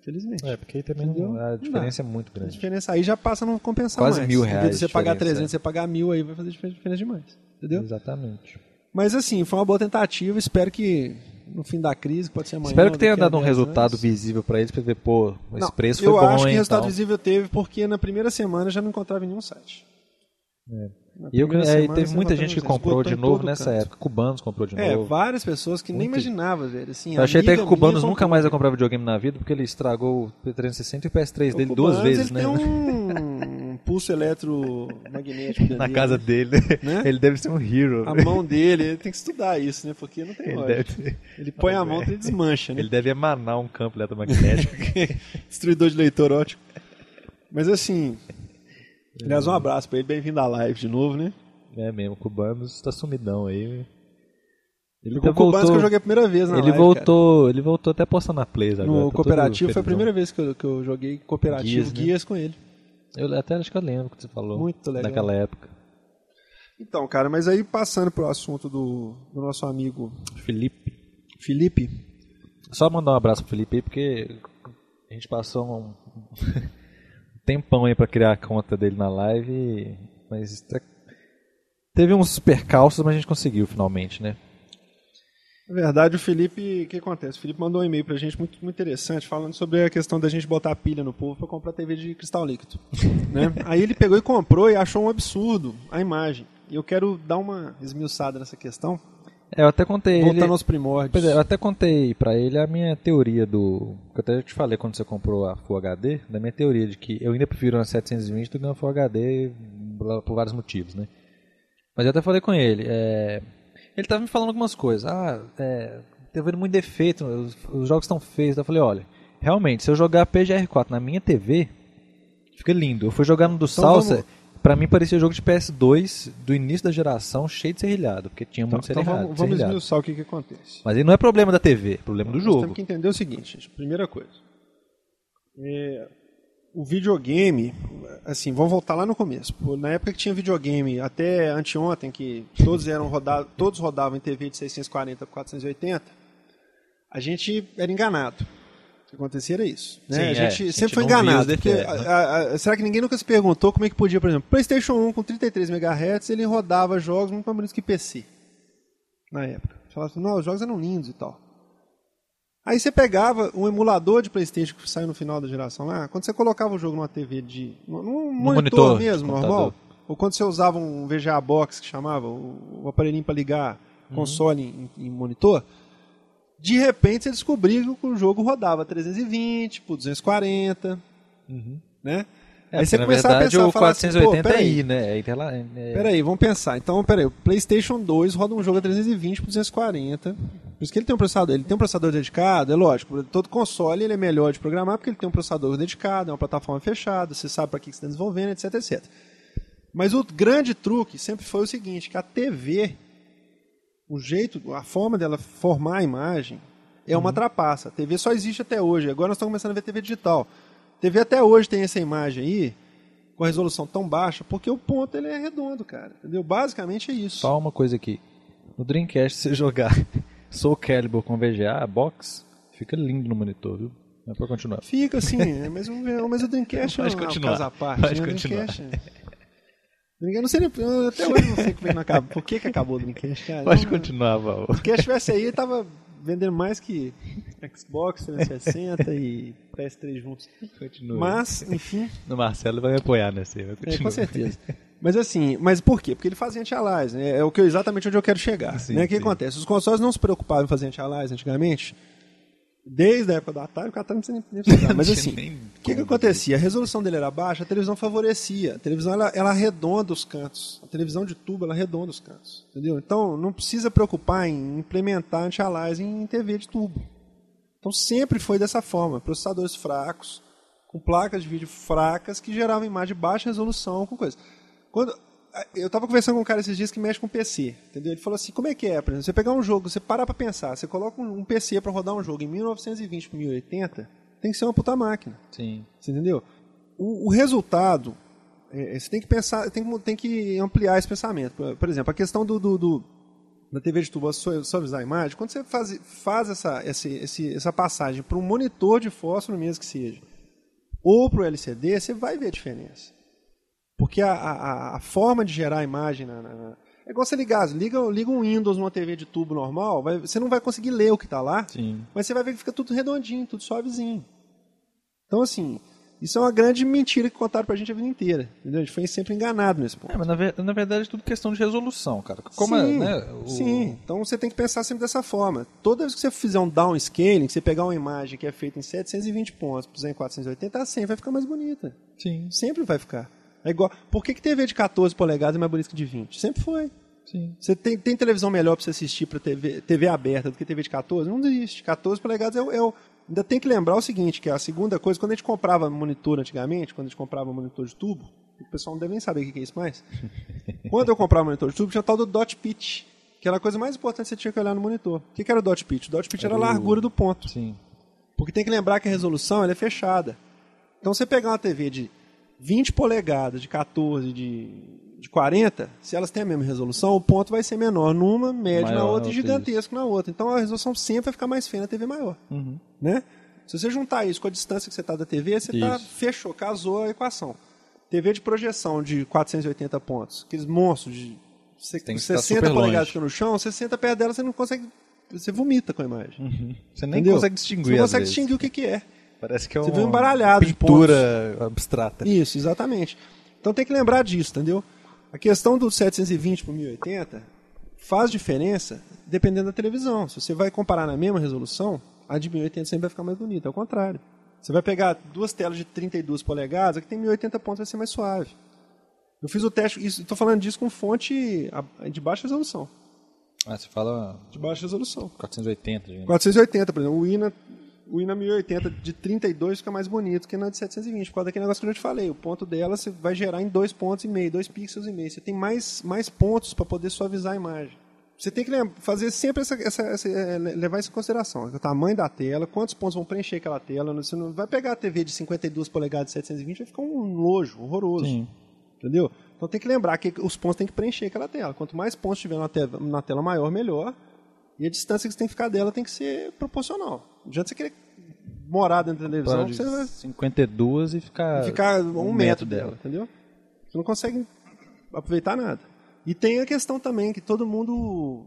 [SPEAKER 1] felizmente.
[SPEAKER 2] sabendo. É, porque aí também não-
[SPEAKER 1] Entendeu?
[SPEAKER 2] a
[SPEAKER 1] Não
[SPEAKER 2] diferença é muito
[SPEAKER 1] A
[SPEAKER 2] grande.
[SPEAKER 1] diferença aí já passa a não compensar
[SPEAKER 2] Quase
[SPEAKER 1] mais.
[SPEAKER 2] mil
[SPEAKER 1] Em vez
[SPEAKER 2] reais
[SPEAKER 1] de
[SPEAKER 2] de
[SPEAKER 1] você pagar
[SPEAKER 2] diferença, é.
[SPEAKER 1] 300, você pagar mil aí vai fazer diferença diferença demais. Entendeu?
[SPEAKER 2] Exatamente.
[SPEAKER 1] Mas assim, foi uma boa tentativa. Espero que no fim da crise, que pode ser amanhã.
[SPEAKER 2] Espero que tenha
[SPEAKER 1] daqui a
[SPEAKER 2] dado um
[SPEAKER 1] 10
[SPEAKER 2] resultado
[SPEAKER 1] anos.
[SPEAKER 2] visível pra eles, pra ver, pô, esse
[SPEAKER 1] Não,
[SPEAKER 2] preço foi
[SPEAKER 1] eu
[SPEAKER 2] bom,
[SPEAKER 1] acho que
[SPEAKER 2] hein,
[SPEAKER 1] resultado
[SPEAKER 2] tal.
[SPEAKER 1] visível teve, porque na primeira semana eu já não encontrava em nenhum site. Na
[SPEAKER 2] E eu,
[SPEAKER 1] primeira
[SPEAKER 2] é, e
[SPEAKER 1] semana,
[SPEAKER 2] teve
[SPEAKER 1] você
[SPEAKER 2] muita
[SPEAKER 1] encontrava
[SPEAKER 2] gente que
[SPEAKER 1] em nenhum site.
[SPEAKER 2] comprou de
[SPEAKER 1] Esgotou em
[SPEAKER 2] novo
[SPEAKER 1] todo
[SPEAKER 2] nessa
[SPEAKER 1] canto.
[SPEAKER 2] época. Cubanos comprou de
[SPEAKER 1] É,
[SPEAKER 2] novo.
[SPEAKER 1] várias pessoas que nem
[SPEAKER 2] Muita-
[SPEAKER 1] imaginava, velho. Assim,
[SPEAKER 2] Eu achei até que
[SPEAKER 1] amiga
[SPEAKER 2] o Cubanos
[SPEAKER 1] minha
[SPEAKER 2] nunca mais vai comprar videogame na vida, porque ele estragou o P360 e o PS3
[SPEAKER 1] O
[SPEAKER 2] dele
[SPEAKER 1] Cubanos,
[SPEAKER 2] duas vezes,
[SPEAKER 1] ele
[SPEAKER 2] né?
[SPEAKER 1] Tem um um pulso eletromagnético dentro
[SPEAKER 2] Na
[SPEAKER 1] dele.
[SPEAKER 2] casa dele,
[SPEAKER 1] Né?
[SPEAKER 2] ele deve ser um hero.
[SPEAKER 1] A mão dele, ele tem que estudar isso, né? Porque não tem
[SPEAKER 2] Ele
[SPEAKER 1] lógica.
[SPEAKER 2] deve,
[SPEAKER 1] Ele põe a
[SPEAKER 2] Ah,
[SPEAKER 1] mão e
[SPEAKER 2] velho.
[SPEAKER 1] ele desmancha, né?
[SPEAKER 2] ele deve emanar um campo eletromagnético.
[SPEAKER 1] Destruidor de leitor ótico. Mas assim. Aliás, um abraço pra ele, bem-vindo à live de novo, né?
[SPEAKER 2] é mesmo, o Cubanos tá sumidão aí. Ele
[SPEAKER 1] Jogou
[SPEAKER 2] até
[SPEAKER 1] com o Cubans que eu
[SPEAKER 2] voltou,
[SPEAKER 1] joguei a primeira vez na
[SPEAKER 2] ele
[SPEAKER 1] live,
[SPEAKER 2] voltou, ele voltou até postando na Plays
[SPEAKER 1] cara.
[SPEAKER 2] agora.
[SPEAKER 1] No
[SPEAKER 2] tá todo
[SPEAKER 1] cooperativo, foi a
[SPEAKER 2] felizão.
[SPEAKER 1] primeira vez que eu, que eu joguei cooperativo
[SPEAKER 2] Guias,
[SPEAKER 1] Guias,
[SPEAKER 2] né?
[SPEAKER 1] com ele.
[SPEAKER 2] Eu até acho que eu lembro que você falou.
[SPEAKER 1] Muito legal.
[SPEAKER 2] Naquela época.
[SPEAKER 1] Então, cara, mas aí passando pro assunto do, do nosso amigo
[SPEAKER 2] Felipe.
[SPEAKER 1] Felipe.
[SPEAKER 2] Só mandar um abraço pro Felipe aí, porque a gente passou um tempão aí pra criar a conta dele na live, mas tá- teve uns percalços, mas a gente conseguiu finalmente, né?
[SPEAKER 1] Na verdade, o Felipe, o que acontece? O Felipe mandou um e-mail pra gente muito, muito interessante, falando sobre a questão da gente botar pilha no povo pra comprar TV de cristal líquido. né? Aí ele pegou e comprou e achou um absurdo a imagem. E eu quero dar uma esmiuçada nessa questão,
[SPEAKER 2] É, eu até contei ele...
[SPEAKER 1] voltando aos
[SPEAKER 2] Pois
[SPEAKER 1] primórdios.
[SPEAKER 2] é, eu até contei pra ele a minha teoria do... Que eu até te falei quando você comprou a Full HD, da minha teoria de que eu ainda prefiro uma 720 do que uma Full HD blá, por vários motivos, né? Mas eu até falei com ele. é, Ele tava me falando algumas coisas. Ah, é... Tô vendo muito defeito, os, os jogos estão feios. Eu falei, olha, realmente, se eu jogar PGR4 na minha TV, fica lindo. Eu fui jogar no do
[SPEAKER 1] Então
[SPEAKER 2] Salsa...
[SPEAKER 1] vamos-
[SPEAKER 2] Pra mim parecia jogo de PS2 do início da geração cheio de serrilhado, porque tinha
[SPEAKER 1] Então,
[SPEAKER 2] muito
[SPEAKER 1] então
[SPEAKER 2] serrilhado.
[SPEAKER 1] vamos, vamos
[SPEAKER 2] serrilhado.
[SPEAKER 1] esmiuçar o que, que acontece.
[SPEAKER 2] Mas aí não é problema da TV, é problema do
[SPEAKER 1] Nós
[SPEAKER 2] jogo.
[SPEAKER 1] temos que entender o seguinte, gente. Primeira coisa. É, o videogame, assim, vamos voltar lá no começo. Pô, Na época que tinha videogame, até anteontem, que todos eram rodados, todos rodavam em TV de 640 por 480, a gente era enganado. O que acontecia era isso. né?
[SPEAKER 2] Sim,
[SPEAKER 1] a
[SPEAKER 2] é,
[SPEAKER 1] gente
[SPEAKER 2] a gente
[SPEAKER 1] sempre foi
[SPEAKER 2] não via os
[SPEAKER 1] enganado. porque
[SPEAKER 2] detalhes, né?
[SPEAKER 1] a- a- a- será que ninguém nunca se perguntou como é que podia, por exemplo, PlayStation 1 com 33 MHz, ele rodava jogos muito mais bonitos que PC na época. Falava assim, não, os jogos eram lindos e tal. Aí você pegava um emulador de Playstation que saiu no final da geração lá, quando você colocava o jogo numa TV de. num num monitor,
[SPEAKER 2] monitor de
[SPEAKER 1] mesmo,
[SPEAKER 2] computador.
[SPEAKER 1] normal. Ou quando você usava um VGA Box que chamava, o, o aparelhinho para ligar
[SPEAKER 2] Uhum.
[SPEAKER 1] console em, em monitor, de repente você descobriu que o jogo rodava 320 por 240, né?
[SPEAKER 2] Uhum. É,
[SPEAKER 1] Aí
[SPEAKER 2] porque,
[SPEAKER 1] você
[SPEAKER 2] na
[SPEAKER 1] começava a
[SPEAKER 2] verdade,
[SPEAKER 1] pensar,
[SPEAKER 2] o
[SPEAKER 1] falar assim, pô,
[SPEAKER 2] 480
[SPEAKER 1] peraí,
[SPEAKER 2] aí, né? É, interla- é-
[SPEAKER 1] Peraí, vamos pensar. Então, peraí, o PlayStation 2 roda um jogo a 320 por 240. Por isso que ele tem um processador. Ele tem um processador dedicado, é lógico. Todo console ele é melhor de programar porque ele tem um processador dedicado, é uma plataforma fechada, você sabe para que que você está desenvolvendo, etc, etc. Mas o grande truque sempre foi o seguinte, que a TV, o jeito, a forma dela formar a imagem é uma trapaça. A TV só existe até hoje. Agora nós estamos começando a ver TV digital. TV até hoje tem essa imagem aí, com a resolução tão baixa, porque o ponto ele é redondo, cara. Entendeu? Basicamente é isso.
[SPEAKER 2] Só uma coisa aqui. No Dreamcast, se você jogar Soul Calibur com VGA, box, fica lindo no monitor, viu? Mas pode continuar.
[SPEAKER 1] Fica assim, é, mas, o- mas o Dreamcast
[SPEAKER 2] Pode
[SPEAKER 1] é uma
[SPEAKER 2] continuar,
[SPEAKER 1] casa à parte.
[SPEAKER 2] pode
[SPEAKER 1] né? O
[SPEAKER 2] continuar.
[SPEAKER 1] Dreamcast é- Ninguém- eu não sei nem- eu até hoje não sei como é que não acabou. Por que, que acabou o Dreamcast, cara? Eu não-
[SPEAKER 2] continuar, Val.
[SPEAKER 1] Se o tivesse aí, ele tava vendendo mais que Xbox 360 e PS3 juntos.
[SPEAKER 2] Continua.
[SPEAKER 1] Mas, enfim,
[SPEAKER 2] O Marcelo vai me apoiar nessa aí.
[SPEAKER 1] é,
[SPEAKER 2] mas
[SPEAKER 1] com
[SPEAKER 2] continua.
[SPEAKER 1] certeza. Mas assim, mas por quê? Porque ele fazia anti-aliasing, né? é o que eu- exatamente onde eu quero chegar.
[SPEAKER 2] Sim,
[SPEAKER 1] né? O que
[SPEAKER 2] sim.
[SPEAKER 1] acontece? Os consoles não se preocupavam em fazer anti-aliasing antigamente, desde a época do Atari, porque o Atari não precisa nem- nem precisava. Mas
[SPEAKER 2] Não
[SPEAKER 1] assim,
[SPEAKER 2] tinha nem
[SPEAKER 1] o que, que
[SPEAKER 2] como.
[SPEAKER 1] acontecia? A resolução dele era baixa, a televisão favorecia. A televisão ela, ela arredonda os cantos. A televisão de tubo ela arredonda os cantos. Entendeu? Então não precisa preocupar em implementar anti-aliasing em TV de tubo. Então sempre foi dessa forma. Processadores fracos, com placas de vídeo fracas que geravam imagem de baixa resolução, com coisa. Quando eu estava conversando com um cara esses dias que mexe com PC, entendeu? Ele falou assim: "Como é que é, por exemplo, você pegar um jogo, você parar para pensar, você coloca um um PC para rodar um jogo em 1920 por 1080, tem que ser uma puta máquina".
[SPEAKER 2] Sim.
[SPEAKER 1] Você entendeu? O, o resultado, é, é, você tem que pensar, tem que, tem que ampliar esse pensamento. Por, por exemplo, a questão do, do- do- da TV de tubo sua- suavizar a imagem, quando você faz, faz essa, esse- esse- essa passagem para um monitor de fósforo mesmo que seja, ou para o LCD, você vai ver a diferença. Porque a, a- a- a forma de gerar a imagem na, na- na- é igual você ligar, liga, liga um Windows numa TV de tubo normal, vai- você não vai conseguir ler o que está lá,
[SPEAKER 2] Sim.
[SPEAKER 1] mas você vai ver que fica tudo redondinho, tudo suavezinho. Então, assim, isso é uma grande mentira que contaram pra gente a vida inteira. Entendeu? A gente foi sempre enganado nesse ponto.
[SPEAKER 2] É, mas na, ver- na verdade é tudo questão de resolução, cara. Como é,
[SPEAKER 1] sim,
[SPEAKER 2] né? o-
[SPEAKER 1] sim, então você tem que pensar sempre dessa forma. Toda vez que você fizer um downscaling, que você pegar uma imagem que é feita em 720 pontos, puser em 480, ela sempre vai ficar mais bonita.
[SPEAKER 2] Sim.
[SPEAKER 1] Sempre vai ficar. É igual. Por que, que TV de 14 polegadas é mais bonita que de 20? Sempre foi.
[SPEAKER 2] Sim.
[SPEAKER 1] Você tem, tem televisão melhor pra você assistir pra TV, TV aberta do que TV de 14? Não existe. 14 polegadas é, o- é o. Ainda tem que lembrar o seguinte, que a segunda coisa, quando a gente comprava monitor antigamente, quando a gente comprava monitor de tubo, o pessoal não deve nem saber o que que é isso mais. quando eu comprava monitor de tubo, tinha o tal do dot pitch, que era a coisa mais importante que você tinha que olhar no monitor. O que, que era o dot pitch? O dot pitch era a
[SPEAKER 2] Era o-
[SPEAKER 1] largura do ponto.
[SPEAKER 2] Sim.
[SPEAKER 1] Porque tem que lembrar que a resolução ela é fechada. Então, você pegar uma TV de 20 polegadas, de 14, de, de 40, se elas têm a mesma resolução, o ponto vai ser menor numa, médio
[SPEAKER 2] Maior
[SPEAKER 1] na
[SPEAKER 2] na
[SPEAKER 1] outra e
[SPEAKER 2] outra,
[SPEAKER 1] gigantesco na outra. Então, a resolução sempre vai ficar mais feia na TV maior.
[SPEAKER 2] Uhum.
[SPEAKER 1] Né? Se você juntar isso com a distância que você está da TV, você tá,
[SPEAKER 2] Isso.
[SPEAKER 1] fechou, casou a equação. TV de projeção de 480 pontos, aqueles monstros de se-
[SPEAKER 2] Tem que estar
[SPEAKER 1] 60
[SPEAKER 2] super
[SPEAKER 1] polegadas
[SPEAKER 2] longe.
[SPEAKER 1] ficam no chão, 60 perto dela, você não consegue. Você vomita com a imagem.
[SPEAKER 2] Você nem
[SPEAKER 1] Entendeu?
[SPEAKER 2] consegue distinguir.
[SPEAKER 1] Você não
[SPEAKER 2] às
[SPEAKER 1] consegue
[SPEAKER 2] vezes.
[SPEAKER 1] distinguir o que, que é.
[SPEAKER 2] Parece que é
[SPEAKER 1] Você
[SPEAKER 2] uma
[SPEAKER 1] vê um baralhado de
[SPEAKER 2] pintura abstrata.
[SPEAKER 1] Isso, exatamente. Então tem que lembrar disso, entendeu? A questão do 720 para 1080 faz diferença dependendo da televisão. Se você vai comparar na mesma resolução, a de 1080 sempre vai ficar mais bonita, ao contrário. Você vai pegar duas telas de 32 polegadas, a que tem 1080 pontos vai ser mais suave. Eu fiz o teste, estou falando disso com fonte a- de baixa resolução.
[SPEAKER 2] Ah, você fala
[SPEAKER 1] De baixa resolução.
[SPEAKER 2] 480, digamos.
[SPEAKER 1] 480, por exemplo. O INA, o INA 1080 de 32 fica mais bonito que na de 720, por causa daquele negócio que eu já te falei. O ponto dela você vai gerar em dois pontos e meio, dois pixels e meio. Você tem mais, mais pontos para poder suavizar a imagem. Você tem que lem- fazer sempre essa, essa- essa- eh, le- levar isso em consideração. O tamanho da tela, quantos pontos vão preencher aquela tela. Você não vai pegar a TV de 52 polegadas de 720, vai ficar um nojo, horroroso.
[SPEAKER 2] Sim.
[SPEAKER 1] Entendeu? Então tem que lembrar que os pontos tem que preencher aquela tela. Quanto mais pontos tiver na tela, na tela maior, melhor. E a distância que você tem que ficar dela tem que ser proporcional. Não adianta você querer morar dentro da televisão,
[SPEAKER 2] Para de
[SPEAKER 1] você vai
[SPEAKER 2] 52 e ficar,
[SPEAKER 1] ficar a um, metro, dela, entendeu? Você não consegue aproveitar nada. E tem a questão também que todo mundo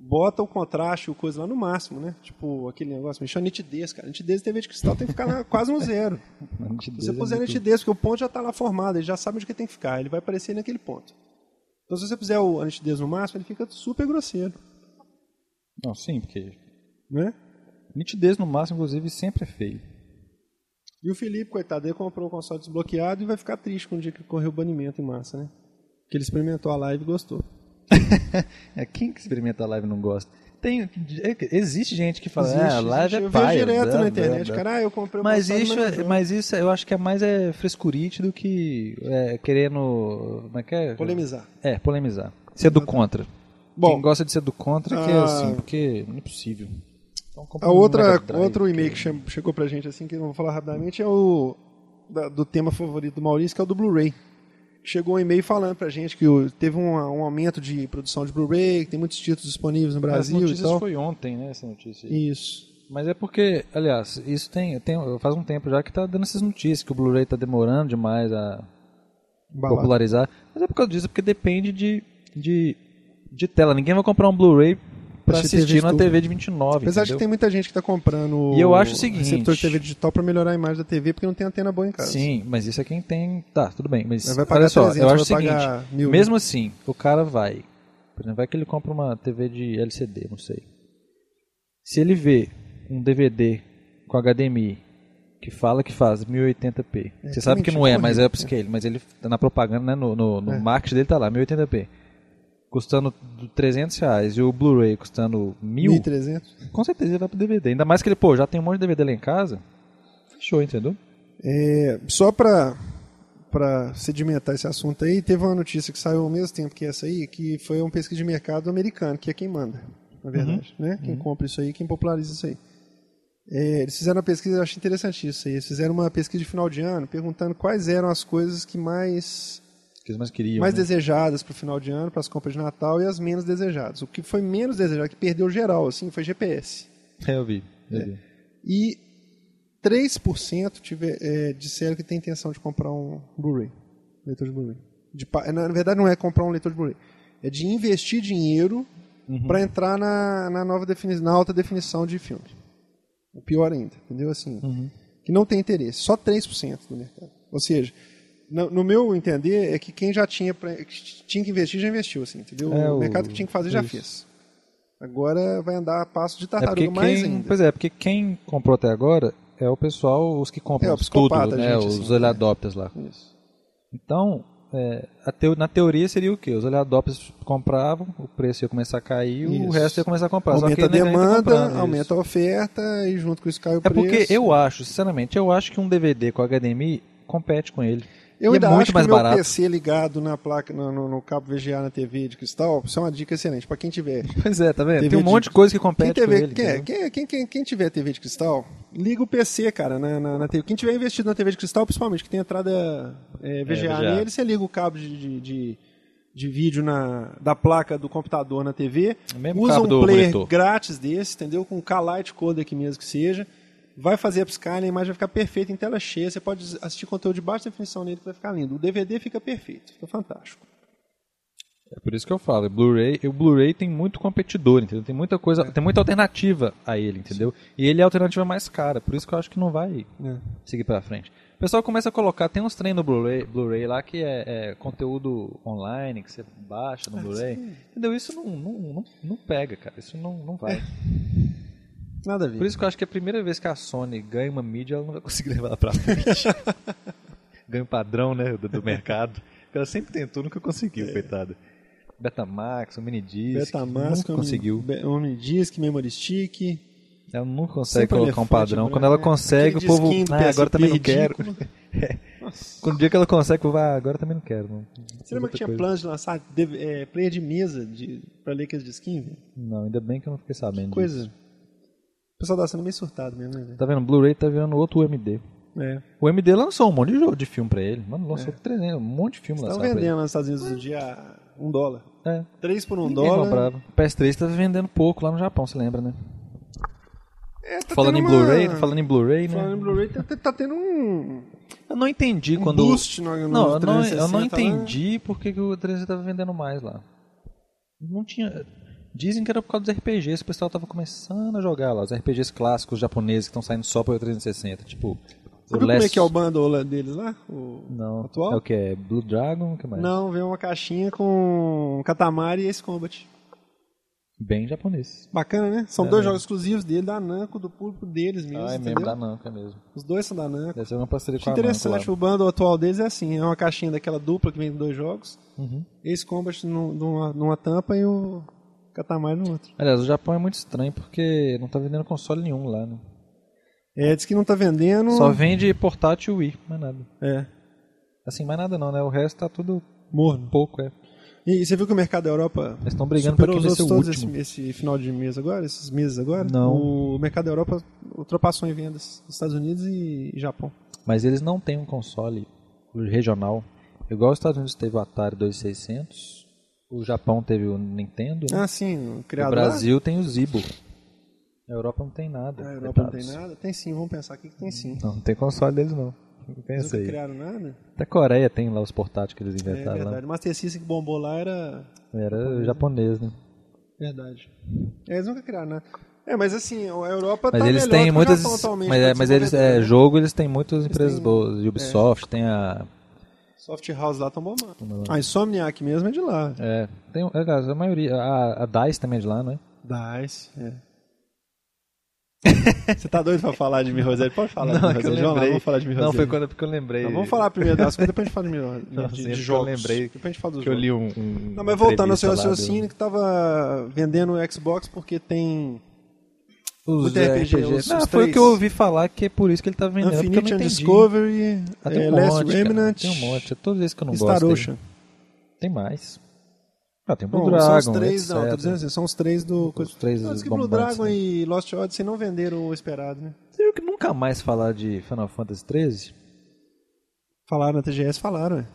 [SPEAKER 1] bota o contraste, o coisa lá no máximo, né? Tipo, aquele negócio, me chama nitidez, cara. Nitidez de TV de cristal tem que ficar na- quase no zero. Se
[SPEAKER 2] é
[SPEAKER 1] você puser nitidez, porque o ponto já está lá formado, ele já sabe onde que tem que ficar, ele vai aparecer naquele ponto. Então, se você fizer o- a nitidez no máximo, ele fica super grosseiro,
[SPEAKER 2] Não, sim, porque
[SPEAKER 1] né?
[SPEAKER 2] nitidez no máximo, inclusive, sempre é feio.
[SPEAKER 1] E o Felipe, coitado, ele comprou o console desbloqueado e vai ficar triste com o dia que correu o banimento em massa, né? Que ele experimentou a live e gostou.
[SPEAKER 2] É, quem que experimenta a live não gosta? Tem, é, existe gente que fala,
[SPEAKER 1] Existe,
[SPEAKER 2] ah, a live
[SPEAKER 1] existe.
[SPEAKER 2] é
[SPEAKER 1] Eu
[SPEAKER 2] paia.
[SPEAKER 1] vejo direto
[SPEAKER 2] blá,
[SPEAKER 1] na
[SPEAKER 2] blá,
[SPEAKER 1] internet,
[SPEAKER 2] blá.
[SPEAKER 1] cara, ah, eu comprei o
[SPEAKER 2] Mas
[SPEAKER 1] console,
[SPEAKER 2] isso,
[SPEAKER 1] mas não
[SPEAKER 2] é,
[SPEAKER 1] jogo.
[SPEAKER 2] mas isso eu acho que é mais é frescurite do que é, querendo. Como é que é?
[SPEAKER 1] Polemizar.
[SPEAKER 2] É, polemizar. Ser do contra.
[SPEAKER 1] Bom.
[SPEAKER 2] Quem gosta de ser do contra que é
[SPEAKER 1] Ah.
[SPEAKER 2] assim, porque não é possível. Então, compra
[SPEAKER 1] A
[SPEAKER 2] um
[SPEAKER 1] outra,
[SPEAKER 2] Mega Drive, é.
[SPEAKER 1] outro e-mail que che- chegou pra gente, assim, que eu vou falar rapidamente, é o da- do tema favorito do Maurício, que é o do Blu-ray. Chegou um e-mail falando pra gente que o- teve um, um aumento de produção de Blu-ray, que tem muitos títulos disponíveis no
[SPEAKER 2] As
[SPEAKER 1] Brasil e
[SPEAKER 2] notícias
[SPEAKER 1] tal.
[SPEAKER 2] foi ontem, né, essa notícia. aí.
[SPEAKER 1] Isso.
[SPEAKER 2] Mas é porque, aliás, isso tem, tem faz um tempo já que tá dando essas notícias que o Blu-ray tá demorando demais a
[SPEAKER 1] Embalado.
[SPEAKER 2] popularizar. Mas é por causa disso, porque depende de, de, de tela. Ninguém vai comprar um Blu-ray pra
[SPEAKER 1] Assistir TV
[SPEAKER 2] assistir
[SPEAKER 1] de
[SPEAKER 2] na
[SPEAKER 1] tubo.
[SPEAKER 2] TV de 29,
[SPEAKER 1] Apesar de
[SPEAKER 2] entendeu?
[SPEAKER 1] que tem muita gente que tá comprando
[SPEAKER 2] E eu acho o seguinte-
[SPEAKER 1] receptor de TV digital pra melhorar a imagem da TV, porque não tem antena boa em casa.
[SPEAKER 2] Sim, mas isso é quem tem. Tá, tudo bem. Mas
[SPEAKER 1] Mas vai pagar
[SPEAKER 2] olha só,
[SPEAKER 1] 300,
[SPEAKER 2] eu acho o
[SPEAKER 1] vai
[SPEAKER 2] seguinte:
[SPEAKER 1] pagar mil, né?
[SPEAKER 2] mesmo assim, o cara vai. Por exemplo, vai que ele compra uma TV de LCD, não sei. Se ele vê um DVD com HDMI que fala que faz 1080p,
[SPEAKER 1] É,
[SPEAKER 2] você sabe que não é,
[SPEAKER 1] mentira,
[SPEAKER 2] mas é
[SPEAKER 1] horrível,
[SPEAKER 2] upscale, mas ele na propaganda, né, no, no, no
[SPEAKER 1] É.
[SPEAKER 2] marketing dele tá lá, 1080p. Custando 300 reais e o Blu-ray custando mil,
[SPEAKER 1] 1300.
[SPEAKER 2] com certeza ele vai pro DVD. Ainda mais que ele, pô, já tem um monte de DVD lá em casa. Fechou, entendeu?
[SPEAKER 1] É, só pra, pra sedimentar esse assunto aí, teve uma notícia que saiu ao mesmo tempo que essa aí, que foi um pesquisa de mercado americano, que é quem manda, na verdade. Né? Quem compra isso aí, quem populariza isso aí. É, eles fizeram uma pesquisa, eu achei interessante isso aí. Eles fizeram uma pesquisa de final de ano, perguntando quais eram as coisas que mais
[SPEAKER 2] Que eles mais queriam.
[SPEAKER 1] mais
[SPEAKER 2] né?
[SPEAKER 1] desejadas para o final de ano, para as compras de Natal e as menos desejadas. O que foi menos desejado, que perdeu geral, assim, foi GPS.
[SPEAKER 2] É, eu vi. Eu vi.
[SPEAKER 1] E 3% tiver, é, disseram que tem intenção de comprar um Blu-ray, leitor de Blu-ray. De pa- na, na verdade, não é comprar um leitor de Blu-ray, é de investir dinheiro
[SPEAKER 2] Uhum.
[SPEAKER 1] para entrar na, na nova defini na alta definição de filme. O pior ainda, entendeu? Assim,
[SPEAKER 2] Uhum.
[SPEAKER 1] que não tem interesse. Só 3% do mercado. Ou seja, no, no meu entender, é que quem já tinha, pra- que tinha que investir, já investiu, assim, entendeu?
[SPEAKER 2] É,
[SPEAKER 1] o
[SPEAKER 2] o-
[SPEAKER 1] mercado que tinha que fazer já
[SPEAKER 2] isso.
[SPEAKER 1] fez. Agora vai andar a passo de
[SPEAKER 2] É
[SPEAKER 1] tartaruga
[SPEAKER 2] porque
[SPEAKER 1] mais
[SPEAKER 2] quem,
[SPEAKER 1] ainda.
[SPEAKER 2] pois é, porque quem comprou até agora é o pessoal, os que compram
[SPEAKER 1] É, o
[SPEAKER 2] tudo,
[SPEAKER 1] psicopata,
[SPEAKER 2] né,
[SPEAKER 1] gente,
[SPEAKER 2] os
[SPEAKER 1] assim,
[SPEAKER 2] early adopters lá.
[SPEAKER 1] Isso.
[SPEAKER 2] Então, é, a teo- na teoria seria o quê? Os olhadopes compravam, o preço ia começar a cair, o
[SPEAKER 1] Isso.
[SPEAKER 2] resto ia começar a comprar. Só que
[SPEAKER 1] Aumenta a
[SPEAKER 2] ainda tá comprando,
[SPEAKER 1] demanda,
[SPEAKER 2] isso.
[SPEAKER 1] aumenta a oferta e junto com isso cai o
[SPEAKER 2] É
[SPEAKER 1] preço.
[SPEAKER 2] porque eu acho, sinceramente, eu acho que um DVD com HDMI compete com ele.
[SPEAKER 1] Eu
[SPEAKER 2] E
[SPEAKER 1] ainda
[SPEAKER 2] é muito
[SPEAKER 1] acho
[SPEAKER 2] mais
[SPEAKER 1] que o meu
[SPEAKER 2] barato.
[SPEAKER 1] PC ligado na placa, no, no- no cabo VGA na TV de cristal, isso é uma dica excelente para quem tiver.
[SPEAKER 2] Pois é, tá vendo?
[SPEAKER 1] TV
[SPEAKER 2] Tem um
[SPEAKER 1] de-
[SPEAKER 2] monte de coisa que
[SPEAKER 1] Quem,
[SPEAKER 2] compete
[SPEAKER 1] TV
[SPEAKER 2] com ele.
[SPEAKER 1] quem, é?
[SPEAKER 2] entendeu?
[SPEAKER 1] quem- quem- quem- quem tiver TV de cristal, liga o PC, cara, na, na- na TV. Quem tiver investido na TV de cristal, principalmente, que tem entrada é, VGA,
[SPEAKER 2] VGA.
[SPEAKER 1] nele, você liga o cabo de, de- de- de vídeo na, da placa do computador na TV,
[SPEAKER 2] É O mesmo
[SPEAKER 1] usa
[SPEAKER 2] cabo
[SPEAKER 1] um
[SPEAKER 2] do
[SPEAKER 1] player
[SPEAKER 2] monitor.
[SPEAKER 1] grátis desse, entendeu? Com um K-Lite Code aqui mesmo que seja, vai fazer upscaling, a imagem vai ficar perfeita em tela cheia, você pode assistir conteúdo de baixa definição nele que vai ficar lindo. O DVD fica perfeito, fica fantástico.
[SPEAKER 2] É por isso que eu falo, é Blu-ray, e o Blu-ray tem muito competidor, entendeu? Tem muita coisa, tem muita alternativa a ele, entendeu? E ele é a alternativa mais cara, por isso que eu acho que não vai
[SPEAKER 1] É,
[SPEAKER 2] seguir pra frente. O pessoal começa a colocar, tem uns trem no Blu-ray Blu-ray lá que é, é conteúdo online, que você baixa no Blu-ray. Entendeu? Isso não, não, não, não pega, cara. Isso não, não vai.
[SPEAKER 1] Nada a ver.
[SPEAKER 2] Por isso que eu acho que a primeira vez que a Sony ganha uma mídia, ela não vai conseguir levar ela pra frente. ganha o padrão, né, do, do mercado. Porque Ela sempre tentou, nunca conseguiu, coitada. É. Betamax, o Minidisc,
[SPEAKER 1] Betamax,
[SPEAKER 2] nunca
[SPEAKER 1] Omni-
[SPEAKER 2] conseguiu.
[SPEAKER 1] Be- Omnidisc, Memory Stick,
[SPEAKER 2] Ela nunca consegue
[SPEAKER 1] Sempre
[SPEAKER 2] colocar um
[SPEAKER 1] elefante
[SPEAKER 2] padrão.
[SPEAKER 1] branco,
[SPEAKER 2] Quando ela
[SPEAKER 1] né?
[SPEAKER 2] consegue, o
[SPEAKER 1] Aquele
[SPEAKER 2] povo...
[SPEAKER 1] disquinho do
[SPEAKER 2] Ah, agora
[SPEAKER 1] PSP
[SPEAKER 2] também não quero.
[SPEAKER 1] ridículo.
[SPEAKER 2] Quando o dia que ela consegue, o povo... Ah, agora também não quero. Não.
[SPEAKER 1] Você lembra que tinha planos de lançar DV- eh, player de mesa de, pra ler aqueles disquinhos? velho?
[SPEAKER 2] Não, ainda bem que eu não fiquei sabendo disso.
[SPEAKER 1] Coisa. O pessoal tá sendo meio surtado mesmo, né? velho?
[SPEAKER 2] Tá vendo? O Blu-ray tá virando outro UMD.
[SPEAKER 1] É.
[SPEAKER 2] O UMD lançou um monte de jogo de filme pra ele. Mano, lançou 300, um monte de filme
[SPEAKER 1] Estão
[SPEAKER 2] lançado pra ele.
[SPEAKER 1] vendendo nos Estados Unidos hoje em dia a um dólar.
[SPEAKER 2] É.
[SPEAKER 1] Três por um
[SPEAKER 2] Ninguém
[SPEAKER 1] dólar.
[SPEAKER 2] comprava. O PS3 tá vendendo pouco lá no Japão, você lembra, né?
[SPEAKER 1] É, tá
[SPEAKER 2] Falando
[SPEAKER 1] tendo
[SPEAKER 2] em
[SPEAKER 1] uma-
[SPEAKER 2] Blu-ray, falando em Blu-ray, né?
[SPEAKER 1] Falando em Blu-ray, tá, tá- tá tendo um.
[SPEAKER 2] Eu não entendi
[SPEAKER 1] Um
[SPEAKER 2] quando
[SPEAKER 1] boost no- no
[SPEAKER 2] não, eu não, eu
[SPEAKER 1] 360
[SPEAKER 2] não
[SPEAKER 1] lá.
[SPEAKER 2] entendi por que, que o 360 tava vendendo mais lá. Não tinha Dizem que era por causa dos RPGs, o pessoal tava começando a jogar lá, os RPGs clássicos japoneses que estão saindo só para o 360, tipo
[SPEAKER 1] Você viu como é que é o bundle lá deles lá? O
[SPEAKER 2] Não.
[SPEAKER 1] atual?
[SPEAKER 2] É o que é Blue Dragon, o que mais?
[SPEAKER 1] Não, veio uma caixinha com Katamari e Ace Combat.
[SPEAKER 2] Bem japonês.
[SPEAKER 1] Bacana, né? São dois jogos exclusivos dele, da Namco, do público deles mesmo.
[SPEAKER 2] Ah, é mesmo
[SPEAKER 1] entendeu?
[SPEAKER 2] da Namco, é mesmo.
[SPEAKER 1] Os dois são da Namco.
[SPEAKER 2] Deve ser uma parceria com
[SPEAKER 1] Acho
[SPEAKER 2] a Namco lá.
[SPEAKER 1] interessante, o bundle atual deles é assim, é uma caixinha daquela dupla que vem com dois jogos,
[SPEAKER 2] Uhum.
[SPEAKER 1] Ace Combat num- numa, numa tampa e o Katamari no outro.
[SPEAKER 2] Aliás, o Japão é muito estranho porque não tá vendendo console nenhum lá, né?
[SPEAKER 1] É, diz que não tá vendendo...
[SPEAKER 2] Só vende portátil Wii, mais nada.
[SPEAKER 1] É,
[SPEAKER 2] Assim, mais nada não, né? O resto tá tudo
[SPEAKER 1] morno.
[SPEAKER 2] pouco, é.
[SPEAKER 1] E, e você viu que o mercado da Europa
[SPEAKER 2] Eles estão brigando pra
[SPEAKER 1] superou
[SPEAKER 2] quem
[SPEAKER 1] os
[SPEAKER 2] vai ser
[SPEAKER 1] outros
[SPEAKER 2] o
[SPEAKER 1] todos
[SPEAKER 2] último.
[SPEAKER 1] esse, esse final de mês agora, esses meses agora?
[SPEAKER 2] Não.
[SPEAKER 1] O mercado da Europa ultrapassou em vendas, nos Estados Unidos e, e Japão.
[SPEAKER 2] Mas eles não têm um console regional. Igual os Estados Unidos teve o Atari 2600, o Japão teve o Nintendo, né?
[SPEAKER 1] Ah, sim, o
[SPEAKER 2] o
[SPEAKER 1] criador...
[SPEAKER 2] Brasil tem o Zibo. A Europa não tem nada.
[SPEAKER 1] Ah, a Europa não tem
[SPEAKER 2] coitados.
[SPEAKER 1] nada? Tem sim, vamos pensar aqui que tem sim.
[SPEAKER 2] Não, não tem console deles não.
[SPEAKER 1] Eles
[SPEAKER 2] Pensa
[SPEAKER 1] nunca
[SPEAKER 2] aí. tá
[SPEAKER 1] criaram nada?
[SPEAKER 2] Até a Coreia tem lá os portáteis que eles
[SPEAKER 1] É
[SPEAKER 2] inventaram
[SPEAKER 1] verdade. O Master System que bombou lá era
[SPEAKER 2] lá. Era japonês, né?
[SPEAKER 1] Verdade. É, eles nunca criaram, né? É, mas assim, a Europa
[SPEAKER 2] Mas
[SPEAKER 1] tá melhor
[SPEAKER 2] eles
[SPEAKER 1] do que
[SPEAKER 2] têm
[SPEAKER 1] o
[SPEAKER 2] muitas.
[SPEAKER 1] Japão atualmente
[SPEAKER 2] Mas,
[SPEAKER 1] pra
[SPEAKER 2] é, mas eles, é,
[SPEAKER 1] desenvolvedor, né?
[SPEAKER 2] jogo eles têm muitas empresas
[SPEAKER 1] têm-
[SPEAKER 2] boas. Ubisoft, tem a.
[SPEAKER 1] Soft House lá tão bombando. A Insomniac mesmo é de lá.
[SPEAKER 2] É, tem, aliás, a maioria. A, a DICE também é de lá, não é?
[SPEAKER 1] Dice, é. Você tá doido pra falar de Mirrozeli? Pode falar de
[SPEAKER 2] é que eu
[SPEAKER 1] Mirrozeli, João? Lá,
[SPEAKER 2] lembrei.
[SPEAKER 1] Vamos falar de Mirrozeli.
[SPEAKER 2] Não, foi quando porque eu lembrei.
[SPEAKER 1] Vamos falar primeiro das coisas, depois a gente fala de
[SPEAKER 2] Não,
[SPEAKER 1] Mirrozeli.
[SPEAKER 2] sim,
[SPEAKER 1] De,
[SPEAKER 2] é
[SPEAKER 1] de
[SPEAKER 2] porque eu
[SPEAKER 1] jogos.
[SPEAKER 2] lembrei
[SPEAKER 1] Depois a gente fala dos
[SPEAKER 2] que eu
[SPEAKER 1] jogos.
[SPEAKER 2] li um. um-
[SPEAKER 1] Não, mas voltando ao
[SPEAKER 2] entrevista
[SPEAKER 1] seu
[SPEAKER 2] lá do-
[SPEAKER 1] raciocínio, que tava vendendo o Xbox porque tem
[SPEAKER 2] Os
[SPEAKER 1] muito RPG,
[SPEAKER 2] RPG.
[SPEAKER 1] os-
[SPEAKER 2] Não,
[SPEAKER 1] os
[SPEAKER 2] foi o
[SPEAKER 1] três.
[SPEAKER 2] que eu ouvi falar que é por isso que ele tá vendendo. porque eu
[SPEAKER 1] Infinity
[SPEAKER 2] não
[SPEAKER 1] and
[SPEAKER 2] entendi.
[SPEAKER 1] Discovery,
[SPEAKER 2] Ah,
[SPEAKER 1] eh,
[SPEAKER 2] tem um
[SPEAKER 1] Last
[SPEAKER 2] monte, cara,
[SPEAKER 1] Remnant,
[SPEAKER 2] Tem um monte. É todos esses que eu não
[SPEAKER 1] Star
[SPEAKER 2] gosto. aí.
[SPEAKER 1] Ocean.
[SPEAKER 2] Tem mais. Ah, tem o Blue
[SPEAKER 1] Bom,
[SPEAKER 2] Dragon.
[SPEAKER 1] são os três, não, tô
[SPEAKER 2] etc.
[SPEAKER 1] dizendo assim, são os três do...
[SPEAKER 2] Os três
[SPEAKER 1] não, diz que Blue
[SPEAKER 2] bombantes,
[SPEAKER 1] Dragon
[SPEAKER 2] né?
[SPEAKER 1] e Lost Odyssey não venderam o esperado, né?
[SPEAKER 2] Você viu que nunca mais falar de Final Fantasy XIII?
[SPEAKER 1] Falaram na TGS, falaram, né?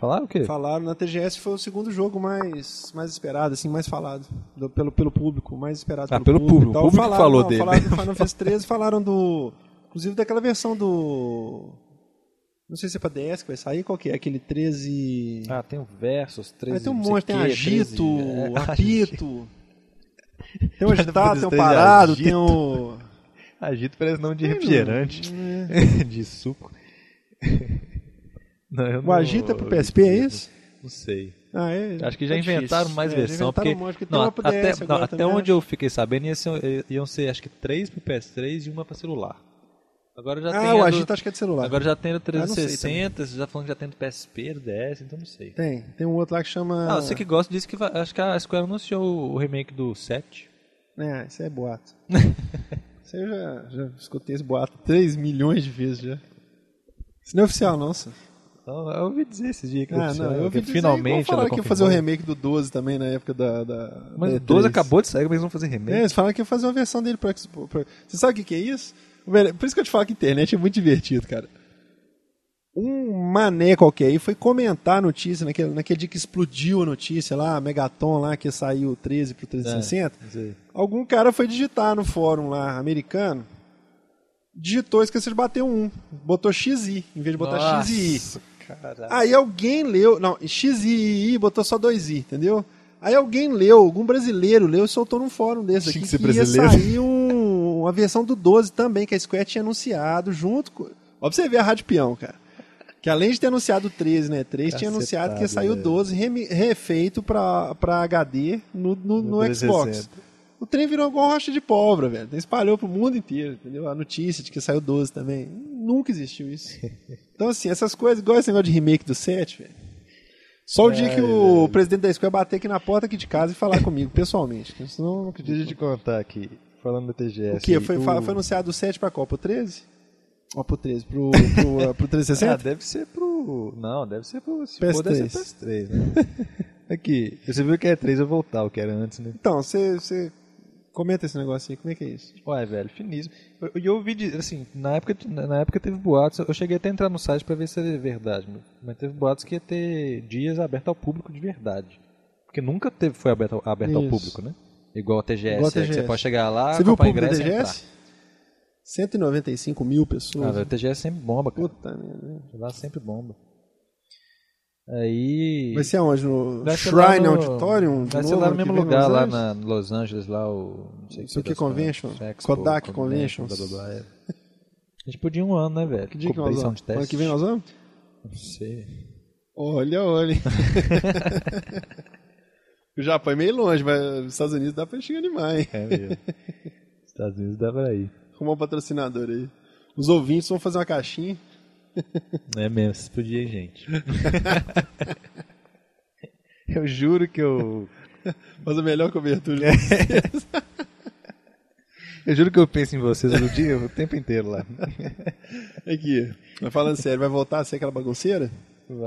[SPEAKER 2] Falaram o quê?
[SPEAKER 1] Falaram na TGS, foi o segundo jogo mais, mais esperado, assim, mais falado do- pelo, pelo público, mais esperado
[SPEAKER 2] Ah,
[SPEAKER 1] pelo,
[SPEAKER 2] pelo público,
[SPEAKER 1] e
[SPEAKER 2] o
[SPEAKER 1] tal.
[SPEAKER 2] público
[SPEAKER 1] falaram,
[SPEAKER 2] falou
[SPEAKER 1] não,
[SPEAKER 2] dele.
[SPEAKER 1] Falaram do Final Fantasy 13, falaram do... Inclusive daquela versão do... Não sei se é pra DS que vai sair, qual que é? Aquele 13...
[SPEAKER 2] Ah, tem o Versus, 13,
[SPEAKER 1] Mas tem um
[SPEAKER 2] não sei
[SPEAKER 1] monte, tem
[SPEAKER 2] quê, 13,
[SPEAKER 1] agito,
[SPEAKER 2] é,
[SPEAKER 1] apito. Tem o agitado, tem o
[SPEAKER 2] Tem
[SPEAKER 1] parado,
[SPEAKER 2] agito.
[SPEAKER 1] tem um- o.
[SPEAKER 2] é. Agito parece nome de refrigerante, de suco. Não, eu
[SPEAKER 1] um O
[SPEAKER 2] não-
[SPEAKER 1] agito é pro PSP, é isso?
[SPEAKER 2] Não sei.
[SPEAKER 1] Ah, é.
[SPEAKER 2] Acho que já
[SPEAKER 1] tá
[SPEAKER 2] inventaram
[SPEAKER 1] difícil.
[SPEAKER 2] mais
[SPEAKER 1] É, já
[SPEAKER 2] versão.
[SPEAKER 1] inventaram
[SPEAKER 2] porque,
[SPEAKER 1] um monte, porque
[SPEAKER 2] não,
[SPEAKER 1] tem uma pro
[SPEAKER 2] até,
[SPEAKER 1] DS
[SPEAKER 2] não,
[SPEAKER 1] agora né?
[SPEAKER 2] até
[SPEAKER 1] também,
[SPEAKER 2] eh, onde eu fiquei sabendo, ia ser- iam ser, acho que três pro PS3 e uma pra celular. Agora já tem.
[SPEAKER 1] Ah,
[SPEAKER 2] a
[SPEAKER 1] o
[SPEAKER 2] do-
[SPEAKER 1] Agita acho que é de celular.
[SPEAKER 2] Agora já tem no
[SPEAKER 1] não sei
[SPEAKER 2] 360, você já falando que já tem no PSP, no DS, então não sei.
[SPEAKER 1] Tem. Tem um outro lá que chama.
[SPEAKER 2] Ah, você que gosta disse que vai- acho que a Square anunciou o remake do 7.
[SPEAKER 1] É, isso é boato. isso aí eu já, já escutei esse boato 3 milhões de vezes já. Isso não é oficial, não, senhor.
[SPEAKER 2] Então, eu ouvi dizer esses dias que
[SPEAKER 1] Ah,
[SPEAKER 2] anunciou,
[SPEAKER 1] não, eu
[SPEAKER 2] que um
[SPEAKER 1] ouvi dizer, igual
[SPEAKER 2] finalmente
[SPEAKER 1] falaram
[SPEAKER 2] ela
[SPEAKER 1] que ia fazer o
[SPEAKER 2] confirmou.
[SPEAKER 1] remake do 12 também na época da. da
[SPEAKER 2] Mas
[SPEAKER 1] da
[SPEAKER 2] o 12
[SPEAKER 1] E3.
[SPEAKER 2] acabou de sair, mas eles vão fazer
[SPEAKER 1] É,
[SPEAKER 2] remake.
[SPEAKER 1] eles falaram que ia fazer uma versão dele pro Xbox. pro- Você sabe o que, que é isso? Velho, Por isso que eu te falo que a internet é muito divertido, cara. Um mané qualquer aí foi comentar a notícia naquele, naquele dia que explodiu a notícia lá, Megaton lá, que saiu o 13 pro 360.
[SPEAKER 2] Não sei.
[SPEAKER 1] Algum cara foi digitar no fórum lá americano, digitou, esqueceu de bater um, botou XI, em vez de botar XI.
[SPEAKER 2] Nossa, caralho.
[SPEAKER 1] Aí alguém leu, não, XI, botou só dois I, entendeu? Aí alguém leu, algum brasileiro leu e soltou num fórum desse
[SPEAKER 3] Tinha
[SPEAKER 1] aqui
[SPEAKER 3] que ser
[SPEAKER 1] ia
[SPEAKER 3] brasileiro.
[SPEAKER 1] sair um- uma versão do 12 também, que a Square tinha anunciado junto com... Ó, pra você ver a Rádio Peão, cara. Que além de ter anunciado o 13, né, 3, tinha
[SPEAKER 2] Cacetado,
[SPEAKER 1] anunciado que ia sair o
[SPEAKER 3] né?
[SPEAKER 2] velho.
[SPEAKER 1] 12 remi- refeito pra, pra HD no, no,
[SPEAKER 3] No
[SPEAKER 1] no Xbox.
[SPEAKER 3] 360.
[SPEAKER 1] O trem virou igual rocha de pólvora, velho. Espalhou pro mundo inteiro, entendeu? A notícia de que saiu 12 também. Nunca existiu isso. Então, assim, essas coisas, igual esse negócio de remake do 7, velho. Só o dia que o presidente da Square bater aqui na porta aqui de casa e falar comigo, pessoalmente. que Senão eu não acredito.
[SPEAKER 3] Deixa eu te contar aqui, falando da TGS.
[SPEAKER 1] O quê? Foi,
[SPEAKER 3] o...
[SPEAKER 1] fa- foi anunciado o 7 pra qual? Pro 13? Ó, pro 13. Pro, pro, eh, pro
[SPEAKER 2] Ah,
[SPEAKER 1] 360?
[SPEAKER 2] deve ser pro. Não, deve ser pro. Se
[SPEAKER 1] PS3.
[SPEAKER 2] for, deve ser PS3, né? Aqui,
[SPEAKER 3] Você viu que é 3 eu voltar, o que era antes, né?
[SPEAKER 1] Então, você- você comenta esse negócio aí. Como é que é isso?
[SPEAKER 2] Ué, velho, finíssimo. E eu, eu ouvi, dizer, assim, na época, na na época teve boatos, eu cheguei até a entrar no site pra ver se era verdade, mas teve boatos que ia ter dias aberto ao público de verdade. Porque nunca teve, foi aberto, ao- aberto ao
[SPEAKER 1] Isso.
[SPEAKER 2] público, né? Igual a TGS,
[SPEAKER 1] Igual a
[SPEAKER 2] é, que você
[SPEAKER 1] TGS.
[SPEAKER 2] pode chegar lá,
[SPEAKER 1] Você viu o
[SPEAKER 2] comprar
[SPEAKER 1] público da
[SPEAKER 2] ingresso e entrar.
[SPEAKER 1] DGS? 195 mil pessoas.
[SPEAKER 2] Ah, velho, TGS sempre bomba, cara.
[SPEAKER 1] Puta merda.
[SPEAKER 2] Lá sempre bomba. Aí...
[SPEAKER 1] Vai ser aonde? No
[SPEAKER 2] vai ser lá
[SPEAKER 1] Shrine
[SPEAKER 2] no-
[SPEAKER 1] Auditorium? de
[SPEAKER 2] Vai ser
[SPEAKER 1] novo,
[SPEAKER 2] lá no
[SPEAKER 1] ano que
[SPEAKER 2] mesmo
[SPEAKER 1] vem,
[SPEAKER 2] lugar,
[SPEAKER 1] Los
[SPEAKER 2] lá
[SPEAKER 1] Angeles?
[SPEAKER 2] na Los Angeles, lá o... Não sei,
[SPEAKER 1] Não sei o que
[SPEAKER 2] das
[SPEAKER 1] é convention,
[SPEAKER 2] coisas, Expo,
[SPEAKER 1] Kodak Convention.
[SPEAKER 2] blá, blá, blá, é. A gente podia um ano, né, velho?
[SPEAKER 1] Que dia que nós
[SPEAKER 2] Cobrição
[SPEAKER 1] vamos?
[SPEAKER 2] de teste.
[SPEAKER 1] Ano que vem nós vamos?
[SPEAKER 2] Não sei.
[SPEAKER 1] Olha, olha. o Japão é meio longe, mas os Estados Unidos dá pra chegar demais, hein?
[SPEAKER 2] É mesmo. Estados Unidos dá pra ir.
[SPEAKER 1] Arrumar um patrocinador aí. Os ouvintes vão fazer uma caixinha.
[SPEAKER 2] É mesmo, vocês podiam, gente.
[SPEAKER 3] Eu juro que eu.
[SPEAKER 1] Faz a melhor cobertura.
[SPEAKER 3] Eu juro que eu penso em vocês o dia, o tempo inteiro lá.
[SPEAKER 1] Aqui. Mas falando sério, vai voltar a ser aquela bagunceira?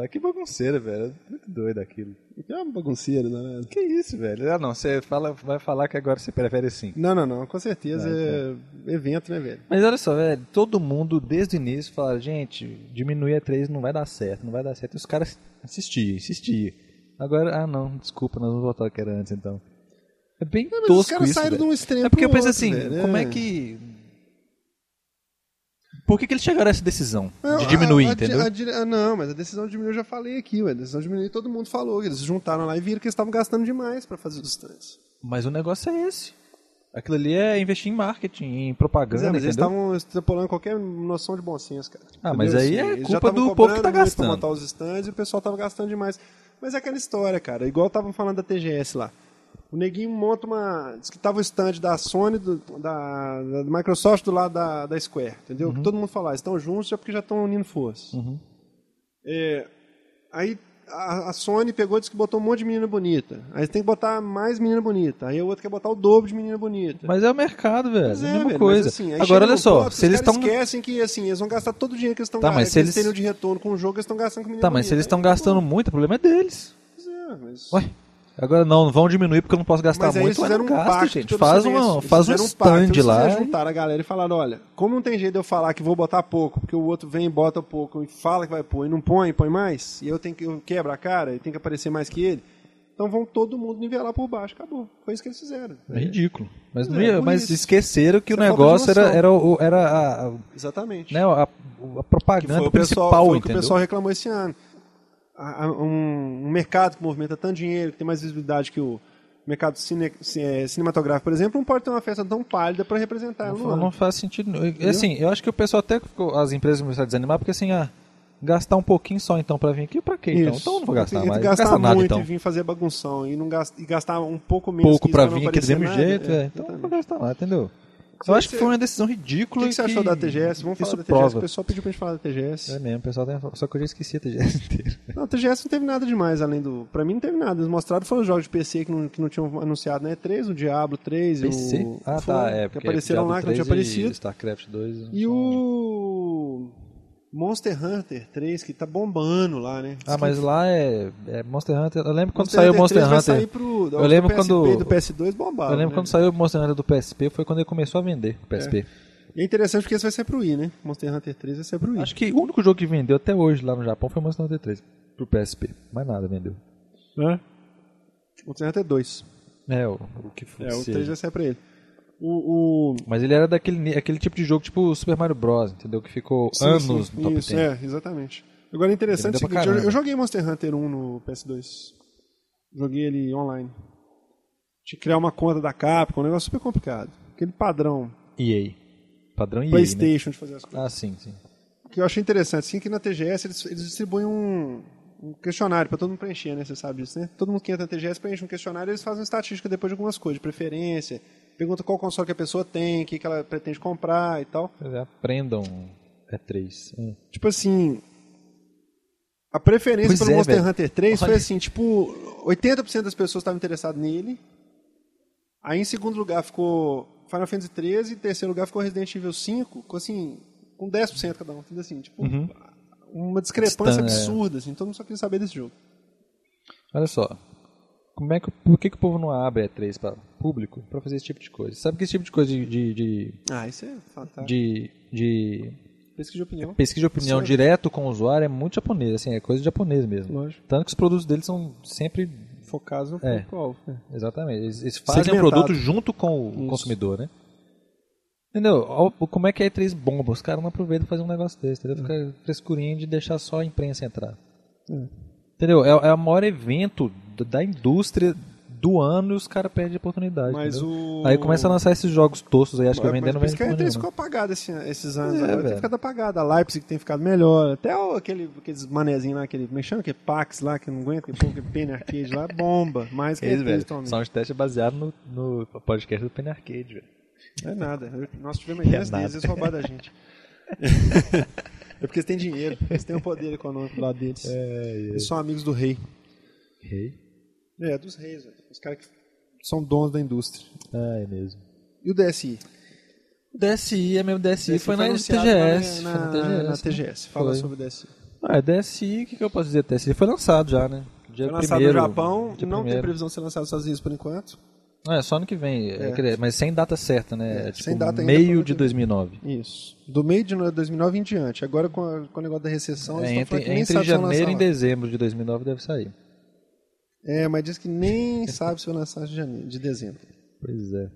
[SPEAKER 3] Ah, Que bagunceira, velho. É Muito doido aquilo.
[SPEAKER 1] É uma bagunceira, não é?
[SPEAKER 3] Que isso, velho? Ah, não, você fala, vai falar que agora você prefere assim.
[SPEAKER 1] Não, não, não. Com certeza é evento, né, velho?
[SPEAKER 2] Mas olha só, velho, todo mundo desde o início falaram, gente, diminuir a 3 não vai dar certo, não vai dar certo. E os caras insistiam, insistiam. Agora, ah não, desculpa, nós vamos voltar ao que era antes então. É bem
[SPEAKER 1] mas
[SPEAKER 2] tosco
[SPEAKER 1] os caras
[SPEAKER 2] isso,
[SPEAKER 1] saíram
[SPEAKER 2] velho.
[SPEAKER 1] de um extremo
[SPEAKER 2] É porque eu
[SPEAKER 1] pro
[SPEAKER 2] penso
[SPEAKER 1] outro,
[SPEAKER 2] assim,
[SPEAKER 1] velho,
[SPEAKER 2] como é
[SPEAKER 1] é.
[SPEAKER 2] que... Por que, que eles chegaram a essa decisão? De
[SPEAKER 1] A-
[SPEAKER 2] diminuir,
[SPEAKER 1] a- a-
[SPEAKER 2] entendeu?
[SPEAKER 1] a dire- ah, não, mas a decisão de diminuir eu já falei aqui, ué. A decisão de diminuir todo mundo falou. Eles se juntaram lá e viram que eles estavam gastando demais pra fazer os stands.
[SPEAKER 2] Mas o negócio é esse. Aquilo ali é investir em marketing, em
[SPEAKER 1] Mas, é,
[SPEAKER 2] propaganda,
[SPEAKER 1] mas eles
[SPEAKER 2] entendeu?
[SPEAKER 1] estavam extrapolando qualquer noção de bom senso, cara.
[SPEAKER 2] Ah, mas aí é
[SPEAKER 1] eles
[SPEAKER 2] culpa
[SPEAKER 1] já estavam
[SPEAKER 2] do povo
[SPEAKER 1] cobrando
[SPEAKER 2] que tá
[SPEAKER 1] muito pra
[SPEAKER 2] gastando.
[SPEAKER 1] montar os stands e o pessoal tava gastando demais. Mas é aquela história, cara. Igual estavam falando da TGS lá. O neguinho monta uma. Diz que tava o stand da Sony, do- da, da Microsoft do lado da, da Square, entendeu?
[SPEAKER 2] Uhum.
[SPEAKER 1] Que todo mundo fala, "Ah, estão juntos já porque já estão unindo forças. É, aí a, a Sony pegou e disse que botou um monte de menina bonita. Aí tem que botar mais menina bonita. Aí o outro quer botar o dobro de menina bonita.
[SPEAKER 2] Mas é o mercado, velho.
[SPEAKER 1] Mas
[SPEAKER 2] é
[SPEAKER 1] é,
[SPEAKER 2] a mesma
[SPEAKER 1] velho,
[SPEAKER 2] coisa.
[SPEAKER 1] mas assim, aí chega
[SPEAKER 2] Agora, olha
[SPEAKER 1] num
[SPEAKER 2] só,
[SPEAKER 1] ponto que
[SPEAKER 2] se
[SPEAKER 1] os
[SPEAKER 2] eles
[SPEAKER 1] caras
[SPEAKER 2] estão.
[SPEAKER 1] esquecem que assim, eles vão gastar todo o dinheiro que eles estão
[SPEAKER 2] Tá,
[SPEAKER 1] gastando,
[SPEAKER 2] mas
[SPEAKER 1] que
[SPEAKER 2] se
[SPEAKER 1] eles...
[SPEAKER 2] eles-
[SPEAKER 1] teriam de retorno com o jogo, eles estão gastando com menino
[SPEAKER 2] Tá, mas se
[SPEAKER 1] bonito.
[SPEAKER 2] eles estão gastando muito, o problema é deles.
[SPEAKER 1] É, mas...
[SPEAKER 2] Ué. Agora não, vão diminuir porque eu não posso gastar
[SPEAKER 1] Mas aí eles
[SPEAKER 2] muito. Ué,
[SPEAKER 1] fizeram
[SPEAKER 2] não
[SPEAKER 1] um
[SPEAKER 2] gasta,
[SPEAKER 1] pacto
[SPEAKER 2] gente.
[SPEAKER 1] de
[SPEAKER 2] Faz,
[SPEAKER 1] silêncio.
[SPEAKER 2] uma,
[SPEAKER 1] Eles
[SPEAKER 2] faz um
[SPEAKER 1] fizeram pacto,
[SPEAKER 2] stand
[SPEAKER 1] eles
[SPEAKER 2] lá.
[SPEAKER 1] fizeram- juntaram a galera e falaram, olha, como não tem jeito de eu falar que vou botar pouco, porque o outro vem e bota pouco e fala que vai pôr e não põe, põe mais, e eu tenho que eu quebro a cara e tenho que aparecer mais que ele. Então vão todo mundo nivelar por baixo, acabou. Foi isso que eles fizeram.
[SPEAKER 2] É ridículo. Mas,
[SPEAKER 1] Pois é,
[SPEAKER 2] não ia-
[SPEAKER 1] por
[SPEAKER 2] mas
[SPEAKER 1] isso.
[SPEAKER 2] esqueceram que
[SPEAKER 1] Isso
[SPEAKER 2] o
[SPEAKER 1] é falta de
[SPEAKER 2] negócio era,
[SPEAKER 1] noção.
[SPEAKER 2] era, o- era a, a-
[SPEAKER 1] Exatamente.
[SPEAKER 2] né, a, a
[SPEAKER 1] que
[SPEAKER 2] propaganda
[SPEAKER 1] foi o
[SPEAKER 2] principal,
[SPEAKER 1] pessoal, foi o que o
[SPEAKER 2] entendeu?
[SPEAKER 1] pessoal reclamou esse ano. A- a- Um, um mercado que movimenta tanto dinheiro, que tem mais visibilidade que o mercado cine- ci- eh, cinematográfico, por exemplo, não pode ter uma festa tão pálida para representar. ela
[SPEAKER 2] Não,
[SPEAKER 1] no
[SPEAKER 2] fa-
[SPEAKER 1] ano.
[SPEAKER 2] não faz sentido. nenhum. E, Assim, eu acho que o pessoal até ficou, as empresas começaram a desanimar porque assim, ah, gastar um pouquinho só então pra vir aqui, pra quê então?
[SPEAKER 1] Isso.
[SPEAKER 2] Então eu não vou gastar
[SPEAKER 1] Entre
[SPEAKER 2] mais. Não
[SPEAKER 1] gastar
[SPEAKER 2] gasta nada
[SPEAKER 1] muito
[SPEAKER 2] então.
[SPEAKER 1] e vir fazer bagunção e, não gastar, e gastar um pouco menos
[SPEAKER 2] pouco
[SPEAKER 1] que isso
[SPEAKER 2] pra
[SPEAKER 1] não
[SPEAKER 2] vir aqui do
[SPEAKER 1] aparecer
[SPEAKER 2] mesmo
[SPEAKER 1] nada,
[SPEAKER 2] jeito,
[SPEAKER 1] é,
[SPEAKER 2] é. então não
[SPEAKER 1] exatamente.
[SPEAKER 2] vai gastar nada, entendeu? Eu acho que foi uma decisão
[SPEAKER 1] O
[SPEAKER 2] ridícula.
[SPEAKER 1] que, que você
[SPEAKER 2] e
[SPEAKER 1] achou da TGS? Vamos falar
[SPEAKER 2] isso
[SPEAKER 1] da TGS.
[SPEAKER 2] prova.
[SPEAKER 1] O pessoal pediu pra gente falar da TGS.
[SPEAKER 2] É mesmo, o pessoal tem... Só que eu já esqueci tá, a TGS inteira.
[SPEAKER 1] Não, a TGS não teve nada demais além do. Pra mim não teve nada. Eles mostraram foi os jogos de PC que não, que não tinham anunciado, né? 3, o Diablo 3,
[SPEAKER 2] PC?
[SPEAKER 1] o.
[SPEAKER 2] Ah,
[SPEAKER 1] foi,
[SPEAKER 2] tá, é.
[SPEAKER 1] Que
[SPEAKER 2] porque
[SPEAKER 1] apareceram
[SPEAKER 2] Diablo
[SPEAKER 1] lá, que não tinha
[SPEAKER 2] 3 E
[SPEAKER 1] aparecido.
[SPEAKER 2] StarCraft 2.
[SPEAKER 1] E o. Monster Hunter 3, que tá bombando lá, né?
[SPEAKER 2] Ah, mas lá é, é Monster Hunter. Eu lembro quando
[SPEAKER 1] Monster
[SPEAKER 2] saiu o
[SPEAKER 1] Hunter
[SPEAKER 2] Monster
[SPEAKER 1] 3 vai
[SPEAKER 2] Hunter.
[SPEAKER 1] sair pro- do
[SPEAKER 2] Eu lembro
[SPEAKER 1] PSP,
[SPEAKER 2] quando-
[SPEAKER 1] do PS2 bombado.
[SPEAKER 2] Eu
[SPEAKER 1] né?
[SPEAKER 2] lembro quando saiu o Monster Hunter do PSP, foi quando ele começou a vender o PSP.
[SPEAKER 1] E é interessante porque esse vai ser pro Wii, né? Monster Hunter 3 vai ser pro Wii.
[SPEAKER 2] Acho que o único jogo que vendeu até hoje lá no Japão foi o Monster Hunter 3 pro PSP. Mais nada vendeu.
[SPEAKER 1] Monster Hunter 2.
[SPEAKER 2] É, o, o que foi.
[SPEAKER 1] É, o 3 vai ser pra ele. O, o-
[SPEAKER 2] Mas ele era daquele ni- aquele tipo de jogo tipo Super Mario Bros, entendeu? Que ficou
[SPEAKER 1] sim,
[SPEAKER 2] anos
[SPEAKER 1] sim,
[SPEAKER 2] no top
[SPEAKER 1] Isso,
[SPEAKER 2] 10.
[SPEAKER 1] é, exatamente. Agora é interessante o
[SPEAKER 2] Ele vendeu pra
[SPEAKER 1] seguinte, eu,
[SPEAKER 2] caramba.
[SPEAKER 1] eu joguei Monster Hunter 1 no PS2. Joguei ele online. Tinha que criar uma conta da Capcom, um negócio super complicado. Aquele padrão
[SPEAKER 2] EA. Padrão EA, né?
[SPEAKER 1] Playstation de fazer as coisas.
[SPEAKER 2] Ah, sim, sim.
[SPEAKER 1] O que eu achei interessante, assim, que na TGS eles, eles distribuem um, um questionário pra todo mundo preencher, né? Você sabe disso, né? Todo mundo que entra na TGS preenche um questionário e eles fazem uma estatística depois de algumas coisas, de preferência, pergunta qual console que a pessoa tem, o que, que ela pretende comprar e tal.
[SPEAKER 2] Eles Aprendam é 3.
[SPEAKER 1] Tipo assim, a preferência
[SPEAKER 2] Pois
[SPEAKER 1] pelo
[SPEAKER 2] é,
[SPEAKER 1] Monster
[SPEAKER 2] velho.
[SPEAKER 1] Hunter 3 foi
[SPEAKER 2] Olha.
[SPEAKER 1] assim, tipo, 80% das pessoas estavam interessadas nele. Aí em segundo lugar ficou Final Fantasy 13, em terceiro lugar ficou Resident Evil 5, com assim, com 10% cada um, tudo assim, tipo,
[SPEAKER 2] Uhum.
[SPEAKER 1] uma discrepância
[SPEAKER 2] Estan- é.
[SPEAKER 1] absurda, assim, todo mundo só queria saber desse jogo.
[SPEAKER 2] Olha só. Como é que, por que, que o povo não abre a E3 para público para fazer esse tipo de coisa? Sabe que esse tipo de coisa de, de, de,
[SPEAKER 1] Ah, isso é fantástico.
[SPEAKER 2] de, de
[SPEAKER 1] Pesquisa de opinião.
[SPEAKER 2] pesquisa de opinião
[SPEAKER 1] Sim.
[SPEAKER 2] direto com o usuário é muito japonês, assim, é coisa de japonês mesmo.
[SPEAKER 1] Lógico.
[SPEAKER 2] Tanto que os produtos deles são sempre.
[SPEAKER 1] Focados no
[SPEAKER 2] É.
[SPEAKER 1] público-alvo. É.
[SPEAKER 2] Exatamente. Eles, eles fazem o
[SPEAKER 1] Segmentado.
[SPEAKER 2] produto junto com o
[SPEAKER 1] Isso.
[SPEAKER 2] consumidor, né? Entendeu? Ó, Como é que a E3 bomba? Os caras não aproveitam fazer um negócio desse, entendeu? Fica frescurinha de deixar só a imprensa entrar. Entendeu? É, é o maior evento d- da indústria do ano e os caras perdem a oportunidade.
[SPEAKER 1] Mas
[SPEAKER 2] É, entendeu?
[SPEAKER 1] o...
[SPEAKER 2] Aí começa a lançar esses jogos tossos aí, acho que vai
[SPEAKER 1] Mas
[SPEAKER 2] vender, não
[SPEAKER 1] por
[SPEAKER 2] vende
[SPEAKER 1] isso que é a
[SPEAKER 2] porra
[SPEAKER 1] E3
[SPEAKER 2] nenhuma.
[SPEAKER 1] ficou apagada esse- esses anos.
[SPEAKER 2] É,
[SPEAKER 1] agora tem
[SPEAKER 2] velho.
[SPEAKER 1] ficado apagada. A Leipzig tem ficado melhor. Até o- aquele, aqueles manezinhos lá, aquele, como é que chama? Aquele Pax lá, que não aguenta, que povo que Penny Arcade lá, bomba. Mais que a
[SPEAKER 2] Eles,
[SPEAKER 1] E3
[SPEAKER 2] velho.
[SPEAKER 1] atualmente.
[SPEAKER 2] Soundtest é baseado no, no podcast do Penny Arcade, velho.
[SPEAKER 1] É nada. Eu- Nós tivemos ideias
[SPEAKER 2] É nada.
[SPEAKER 1] deles, eles roubaram da gente. é porque eles têm dinheiro, eles têm o poder econômico lá deles.
[SPEAKER 2] É,
[SPEAKER 1] Eles são amigos do rei.
[SPEAKER 2] Errei.
[SPEAKER 1] É, dos reis, velho. Os caras que são donos da indústria.
[SPEAKER 2] Ah, é mesmo.
[SPEAKER 1] E o DSI?
[SPEAKER 2] DSI, é mesmo DSI, foi na TGS.
[SPEAKER 1] anunciado
[SPEAKER 2] foi
[SPEAKER 1] lá Na, na, na, na TGS. Fala
[SPEAKER 2] né? Foi.
[SPEAKER 1] sobre o DSI.
[SPEAKER 2] Ah, DSI, o que, que eu posso dizer? DSI foi lançado já, né? Dia
[SPEAKER 1] Foi lançado
[SPEAKER 2] primeiro,
[SPEAKER 1] no Japão,
[SPEAKER 2] dia
[SPEAKER 1] não tem
[SPEAKER 2] primeiro.
[SPEAKER 1] previsão de ser lançado nos Estados Unidos por enquanto.
[SPEAKER 2] Ah, é só ano que vem, é, quer dizer, mas sem data certa, né?
[SPEAKER 1] É,
[SPEAKER 2] É, tipo,
[SPEAKER 1] sem data ainda,
[SPEAKER 2] meio
[SPEAKER 1] provavelmente.
[SPEAKER 2] de 2009.
[SPEAKER 1] Isso. Do meio de no- 2009 em diante. Agora com, a- com o negócio da recessão,
[SPEAKER 2] É,
[SPEAKER 1] eles estão
[SPEAKER 2] entre
[SPEAKER 1] falando que nem
[SPEAKER 2] entre
[SPEAKER 1] sabe se vão
[SPEAKER 2] janeiro e
[SPEAKER 1] lançar lá.
[SPEAKER 2] dezembro de 2009 deve sair.
[SPEAKER 1] É, mas diz que nem sabe se vai lançar de, janeiro, de dezembro.
[SPEAKER 2] Pois é.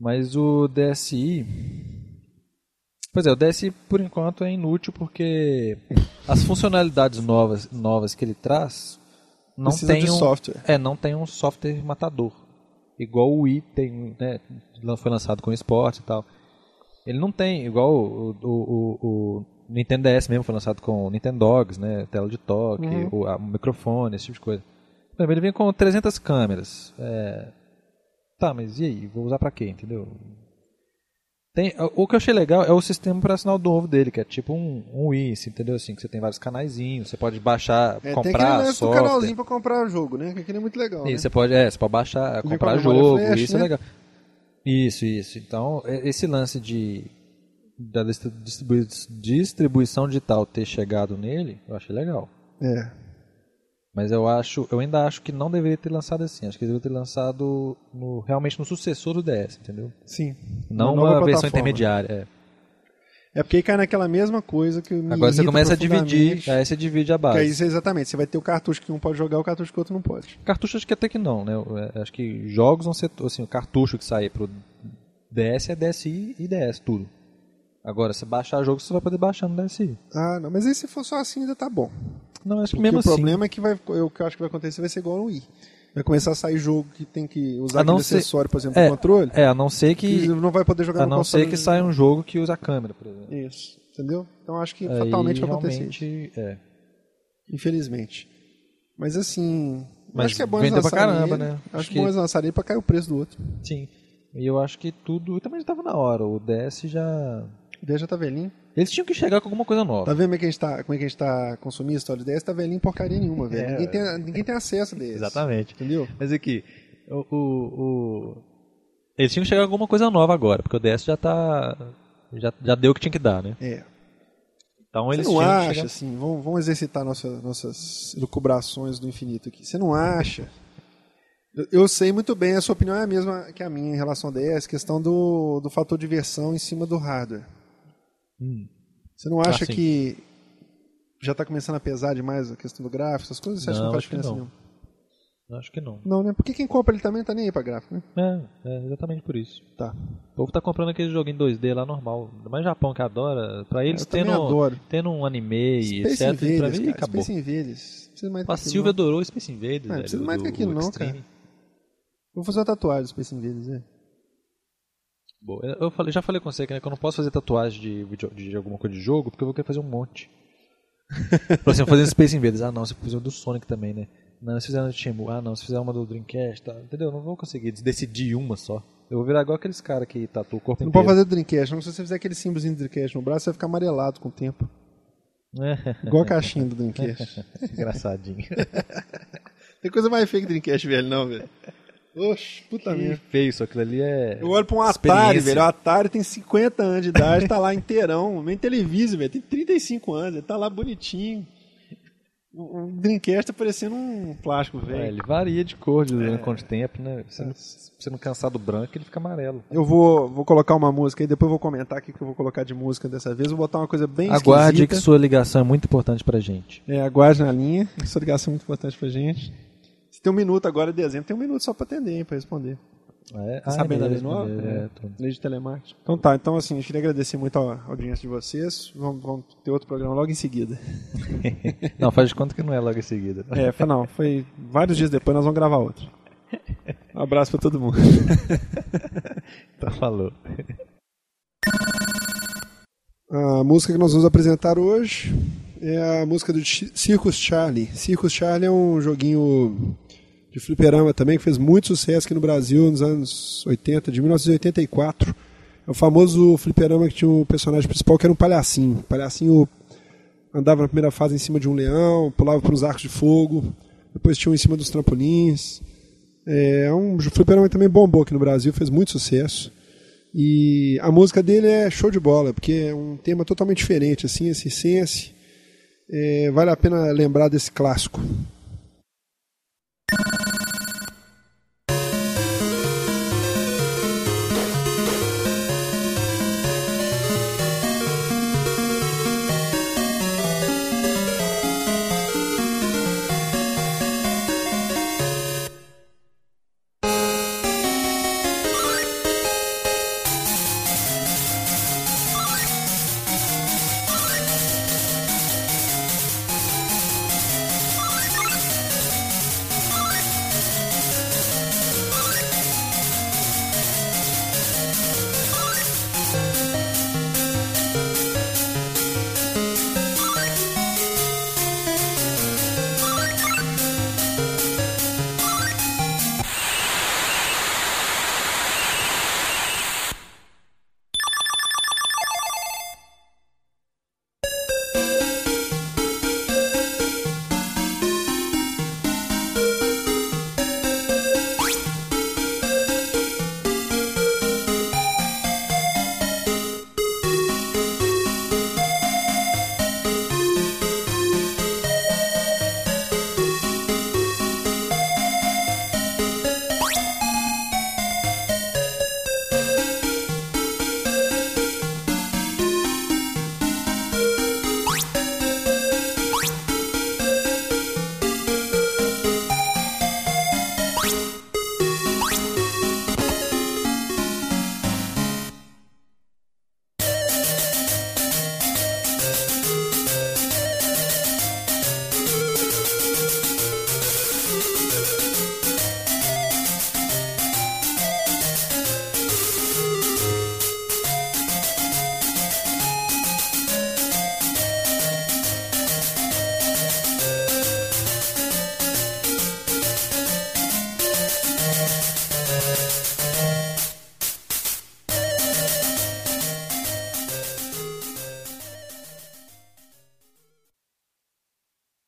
[SPEAKER 2] Mas o DSI. Pois é, o DSI por enquanto é inútil porque as funcionalidades novas, novas que ele traz não
[SPEAKER 1] Precisa
[SPEAKER 2] tem
[SPEAKER 1] de
[SPEAKER 2] um,
[SPEAKER 1] software.
[SPEAKER 2] É, não tem um software matador. Igual o Wii tem, né? lan- Foi lançado com esporte e tal. Ele não tem, igual o, o- o- o Nintendo DS mesmo, foi lançado com Nintendo Dogs, né? Tela de toque, o, a- o microfone, esse tipo de coisa. Por exemplo, Ele vem com 300 câmeras. É, Tá, mas e aí? Vou usar pra quê, entendeu? Tem, o que eu achei legal é o sistema operacional do novo dele, que é tipo um, um Wii, assim, entendeu? Assim, que você tem vários canaizinhos, você pode baixar,
[SPEAKER 1] É, tem aquele
[SPEAKER 2] comprar
[SPEAKER 1] lance do
[SPEAKER 2] software.
[SPEAKER 1] canalzinho pra comprar o jogo, né? Que aquele é muito legal,
[SPEAKER 2] E
[SPEAKER 1] né?
[SPEAKER 2] você pode, é, você pode baixar,
[SPEAKER 1] Vem com a
[SPEAKER 2] comprar
[SPEAKER 1] memória
[SPEAKER 2] jogo,
[SPEAKER 1] flash,
[SPEAKER 2] isso
[SPEAKER 1] né?
[SPEAKER 2] é legal. Isso, isso. Então, é- esse lance de da distri- distribui- distribuição digital ter chegado nele, eu achei legal.
[SPEAKER 1] É.
[SPEAKER 2] Mas eu acho, eu ainda acho que não deveria ter lançado assim. Acho que deveria ter lançado no- realmente no sucessor do DS, entendeu?
[SPEAKER 1] Sim.
[SPEAKER 2] Não
[SPEAKER 1] Uma
[SPEAKER 2] uma,
[SPEAKER 1] nova
[SPEAKER 2] versão
[SPEAKER 1] plataforma.
[SPEAKER 2] intermediária. é.
[SPEAKER 1] É porque aí cai naquela mesma coisa que me
[SPEAKER 2] Agora você
[SPEAKER 1] irrita
[SPEAKER 2] começa a dividir,
[SPEAKER 1] profundamente.
[SPEAKER 2] aí você divide a
[SPEAKER 1] Que
[SPEAKER 2] base.
[SPEAKER 1] aí, você- exatamente, você vai ter o cartucho que um pode jogar, o cartucho que o outro não pode.
[SPEAKER 2] Cartucho acho que até que não, né? Eu, é, Acho que jogos vão ser. Assim, o cartucho que sair pro DS é DSi e DS, tudo. Agora, se baixar jogo, você vai poder baixar no DSi.
[SPEAKER 1] Ah, não, mas aí se for só assim ainda tá bom.
[SPEAKER 2] Não, acho que
[SPEAKER 1] Porque
[SPEAKER 2] mesmo
[SPEAKER 1] o
[SPEAKER 2] assim.
[SPEAKER 1] problema é que vai, eu, o que eu acho que vai acontecer vai ser igual no Wii. Vai começar a sair jogo que tem que usar
[SPEAKER 2] A não
[SPEAKER 1] aquele
[SPEAKER 2] ser-
[SPEAKER 1] acessório, por exemplo,
[SPEAKER 2] é,
[SPEAKER 1] do controle.
[SPEAKER 2] É, a não ser
[SPEAKER 1] que
[SPEAKER 2] que.
[SPEAKER 1] não vai poder jogar
[SPEAKER 2] A
[SPEAKER 1] no
[SPEAKER 2] não ser
[SPEAKER 1] console.
[SPEAKER 2] que saia um jogo que usa a câmera, por exemplo.
[SPEAKER 1] Isso, entendeu? Então acho que
[SPEAKER 2] Aí,
[SPEAKER 1] fatalmente vai acontecer isso,
[SPEAKER 2] realmente, é.
[SPEAKER 1] infelizmente. Mas assim,
[SPEAKER 2] Mas
[SPEAKER 1] acho que é bom eles
[SPEAKER 2] vendeu pra
[SPEAKER 1] lançarem
[SPEAKER 2] caramba,
[SPEAKER 1] ele.
[SPEAKER 2] né?
[SPEAKER 1] Acho
[SPEAKER 2] Acho
[SPEAKER 1] que é bom
[SPEAKER 2] que-
[SPEAKER 1] eles lançarem ele pra cair o preço do outro.
[SPEAKER 2] Sim. E eu acho que tudo também estava na hora. O DS já.
[SPEAKER 1] O DS já tá velhinho.
[SPEAKER 2] Eles tinham que chegar com alguma coisa nova.
[SPEAKER 1] Tá vendo como é que a gente tá, como é que a gente tá consumindo a história do DS? Tá velhinho porcaria nenhuma, velho.
[SPEAKER 3] É,
[SPEAKER 1] ninguém, tem, ninguém tem acesso a DS.
[SPEAKER 2] Exatamente.
[SPEAKER 1] Entendeu?
[SPEAKER 2] Mas aqui, o, o, o- Eles tinham que chegar com alguma coisa nova agora, porque o DS já tá. Já, já deu o que tinha que dar, né?
[SPEAKER 1] É.
[SPEAKER 2] Então
[SPEAKER 1] Você
[SPEAKER 2] eles
[SPEAKER 1] não
[SPEAKER 2] tinham que
[SPEAKER 1] acha,
[SPEAKER 2] chegar-
[SPEAKER 1] assim, vamos, vamos exercitar nossa, nossas lucubrações do infinito aqui. Você não acha? Eu, eu sei muito bem, a sua opinião é a mesma que a minha em relação ao DS, questão do, do fator diversão em cima do hardware.
[SPEAKER 2] Hum.
[SPEAKER 1] Você não acha
[SPEAKER 2] Ah, sim.
[SPEAKER 1] que já está começando a pesar demais a questão do gráfico, essas coisas? Você acha que
[SPEAKER 2] Não,
[SPEAKER 1] não faz
[SPEAKER 2] acho que
[SPEAKER 1] diferença
[SPEAKER 2] não.
[SPEAKER 1] nenhuma?
[SPEAKER 2] Acho que não.
[SPEAKER 1] Não, né? Porque quem compra ele também não tá nem aí pra gráfico, né?
[SPEAKER 2] É, é exatamente por isso.
[SPEAKER 1] Tá.
[SPEAKER 2] O povo tá comprando aquele joguinho 2D lá normal. Mas Japão que adora, pra eles
[SPEAKER 1] Eu também
[SPEAKER 2] tendo,
[SPEAKER 1] adoro.
[SPEAKER 2] tendo um anime e
[SPEAKER 1] Space
[SPEAKER 2] etc. pra
[SPEAKER 1] Invaders,
[SPEAKER 2] mim,
[SPEAKER 1] cara.
[SPEAKER 2] acabou.
[SPEAKER 1] Space Invaders. Não Precisa mais
[SPEAKER 2] A
[SPEAKER 1] daquilo,
[SPEAKER 2] Silvia
[SPEAKER 1] não.
[SPEAKER 2] adorou o Space Invaders.
[SPEAKER 1] Ah, não
[SPEAKER 2] velho,
[SPEAKER 1] precisa
[SPEAKER 2] do-
[SPEAKER 1] mais
[SPEAKER 2] do
[SPEAKER 1] que aquilo não,
[SPEAKER 2] Extreme.
[SPEAKER 1] Vou fazer uma tatuagem do Space Invaders, né?
[SPEAKER 2] Boa. Eu- Eu falei- já falei com você que, né, que eu não posso fazer tatuagem de, vídeo- de alguma coisa de jogo, porque eu vou querer fazer um monte. Falei assim, vou fazer um Space Invaders. Ah, não, se fizer uma do Sonic também, né? Não, se fizer uma do Timbu. Ah, não, se fizer uma do Dreamcast, tá? entendeu? Não vou conseguir decidir uma só. Eu vou virar igual aqueles caras que tatuam o corpo
[SPEAKER 1] Você não pode
[SPEAKER 2] inteiro.
[SPEAKER 1] fazer do Dreamcast, não se você fizer aquele símbolozinho do Dreamcast no braço, você vai ficar amarelado com o tempo.
[SPEAKER 2] É,
[SPEAKER 1] Igual a caixinha do Dreamcast.
[SPEAKER 2] engraçadinho.
[SPEAKER 1] Tem coisa mais feia que Dreamcast, velho, não, velho. Oxe, puta
[SPEAKER 2] que
[SPEAKER 1] merda.
[SPEAKER 2] feio isso, aquilo ali é...
[SPEAKER 1] Tá Eu olho pra um Atari,
[SPEAKER 2] experiência.
[SPEAKER 1] velho. O Atari tem 50 anos de idade, tá lá inteirão. Meu televisor, velho, tem 35 anos, ele tá lá bonitinho. O o Dreamcast tá parecendo um plástico,
[SPEAKER 2] É,
[SPEAKER 1] velho.
[SPEAKER 2] ele varia de cor de
[SPEAKER 1] É.
[SPEAKER 2] durante quanto tempo, né? Se não, se não cansar do branco, ele fica amarelo.
[SPEAKER 1] Eu vou, vou colocar uma música aí, depois eu vou comentar aqui o que eu vou colocar de música dessa vez. Vou botar uma coisa bem
[SPEAKER 2] Aguarde que
[SPEAKER 1] esquisita.
[SPEAKER 2] sua ligação é muito importante pra gente.
[SPEAKER 1] É, aguarde na linha. Sua ligação é muito importante pra gente. Você tem um minuto agora, dezembro. Tem um minuto só pra atender, hein, pra responder.
[SPEAKER 2] É,
[SPEAKER 1] Tá sabendo a lei nova?
[SPEAKER 2] É, tô-
[SPEAKER 1] Lei de telemarketing. Então tá, então assim, eu queria agradecer muito a audiência de vocês. Vamos, vamos ter outro programa logo em seguida.
[SPEAKER 2] Não, faz de conta que não é logo em seguida.
[SPEAKER 1] É, foi não, foi vários dias depois nós vamos gravar outro. Um abraço pra todo mundo.
[SPEAKER 2] Tá, falou.
[SPEAKER 1] A música que nós vamos apresentar hoje é a música do Chi- Circus Charlie. Circus Charlie é um joguinho de fliperama também que fez muito sucesso aqui no Brasil nos anos 80, de 1984. É o famoso fliperama que tinha o personagem principal que era um palhacinho. O palhacinho andava na primeira fase em cima de um leão, pulava para uns arcos de fogo, depois tinha um em cima dos trampolins. É um fliperama que também bombou aqui no Brasil, fez muito sucesso. E a música dele é show de bola, porque é um tema totalmente diferente, assim, esse sense. É, vale a pena lembrar desse clássico.